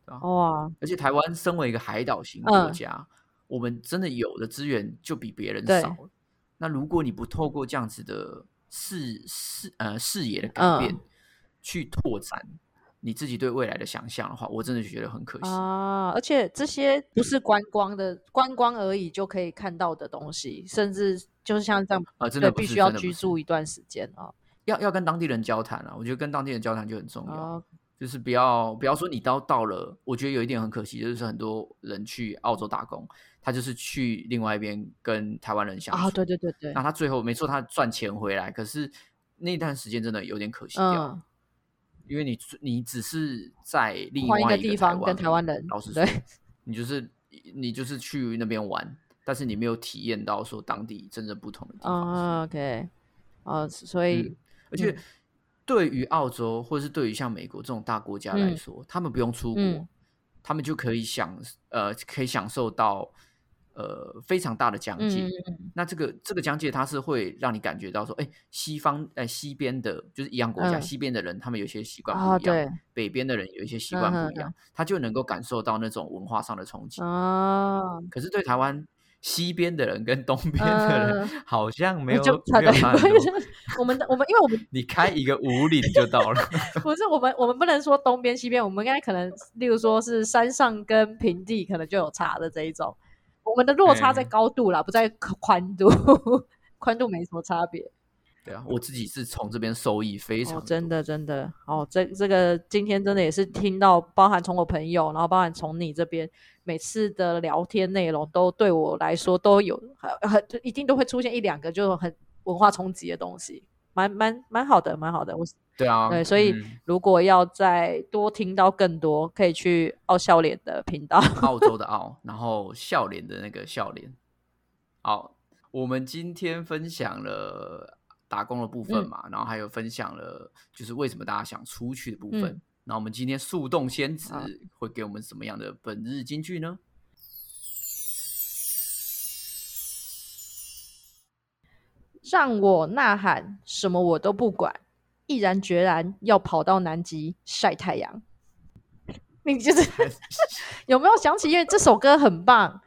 Speaker 2: 对啊
Speaker 1: 哇，
Speaker 2: 而且台湾身为一个海岛型国
Speaker 1: 嗯
Speaker 2: 家，我们真的有的资源就比别人
Speaker 1: 对
Speaker 2: 少了。那如果你不透过这样子的视视呃视野的改变，
Speaker 1: 嗯
Speaker 2: 去拓展你自己对未来的想象的话，我真的觉得很可惜。
Speaker 1: 啊，而且这些不是观光的，观光而已就可以看到的东西，甚至就是像这样，
Speaker 2: 啊真
Speaker 1: 对
Speaker 2: 的不
Speaker 1: 必
Speaker 2: 是
Speaker 1: 须要
Speaker 2: 真的不
Speaker 1: 居
Speaker 2: 是
Speaker 1: 住一段时间啊。
Speaker 2: 要要跟当地人交谈啊，我觉得跟当地人交谈就很重要。
Speaker 1: 哦，
Speaker 2: 就是不要不要说你到到了，我觉得有一点很可惜，就是很多人去澳洲打工，他就是去另外一边跟台湾人相处。
Speaker 1: 啊，对对对对，
Speaker 2: 那他最后没错，他赚钱回来，可是那段时间真的有点可惜掉，
Speaker 1: 嗯
Speaker 2: 因为你你只是在另外
Speaker 1: 换一个
Speaker 2: 个
Speaker 1: 地方跟台湾人
Speaker 2: 老实说
Speaker 1: 对，
Speaker 2: 你就是你就是去那边玩，但是你没有体验到说当地真正不同的地方是什么。
Speaker 1: 啊，OK，啊，所以
Speaker 2: 而且
Speaker 1: 嗯
Speaker 2: 对于澳洲或是对于像美国这种大国家来说，他们不用出国，
Speaker 1: 嗯
Speaker 2: 他们就可以享呃可以享受到呃非常大的讲
Speaker 1: 嗯
Speaker 2: 解。
Speaker 1: 嗯
Speaker 2: 那这个这个讲解它是会让你感觉到说，哎，西方呃西边的就是一样国家，
Speaker 1: 嗯
Speaker 2: 西边的人他们有些习惯
Speaker 1: 啊，
Speaker 2: 不一样，
Speaker 1: 对
Speaker 2: 北边的人有一些习惯不一
Speaker 1: 嗯
Speaker 2: 样，他就能够感受到那种文化上的冲击。
Speaker 1: 啊，
Speaker 2: 可是对台湾。西边的人跟东边的人、好像没有
Speaker 1: 嗯呃就
Speaker 2: 没有
Speaker 1: 对
Speaker 2: 差很多，
Speaker 1: 我们的我们因为我们
Speaker 2: 你开一个五岭就到 了。
Speaker 1: 不是我们，我们不能说东边西边，我们应该可能，例如说是山上跟平地，可能就有差的这一种。我们的落差在
Speaker 2: 嗯
Speaker 1: 高度啦，不在宽度， 宽度没什么差别。
Speaker 2: 对啊，我自己是从这边受益非常、
Speaker 1: 哦，真，的真的，哦，这这个今天真的也是听到，包含从我朋友，然后包含从你这边，每次的聊天内容都对我来说都有很很一定都会出现一两个就很文化冲击的东西，蛮蛮蛮好的，蛮好的，我
Speaker 2: 对啊，
Speaker 1: 对所以
Speaker 2: 嗯
Speaker 1: 如果要再多听到更多，可以去奥笑脸的频 道。
Speaker 2: 澳洲的澳，然后笑脸的那个笑脸。好，我们今天分享了打工的部分
Speaker 1: 嗯
Speaker 2: 嘛，然后还有分享了就是为什么大家想出去的部分
Speaker 1: 嗯。
Speaker 2: 那我们今天速冻仙子
Speaker 1: 好
Speaker 2: 会给我们什么样的本日金句呢？
Speaker 1: 让我呐喊，什么我都不管，毅然决然要跑到南极晒太阳。你就是 有没有想起？因为这首歌很棒，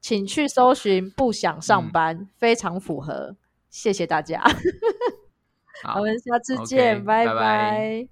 Speaker 1: 请去搜寻“不想上
Speaker 2: 嗯
Speaker 1: 班”，非常符合。谢谢大家，
Speaker 2: 好
Speaker 1: 我，们下次
Speaker 2: OK，
Speaker 1: 见，
Speaker 2: 拜拜
Speaker 1: 拜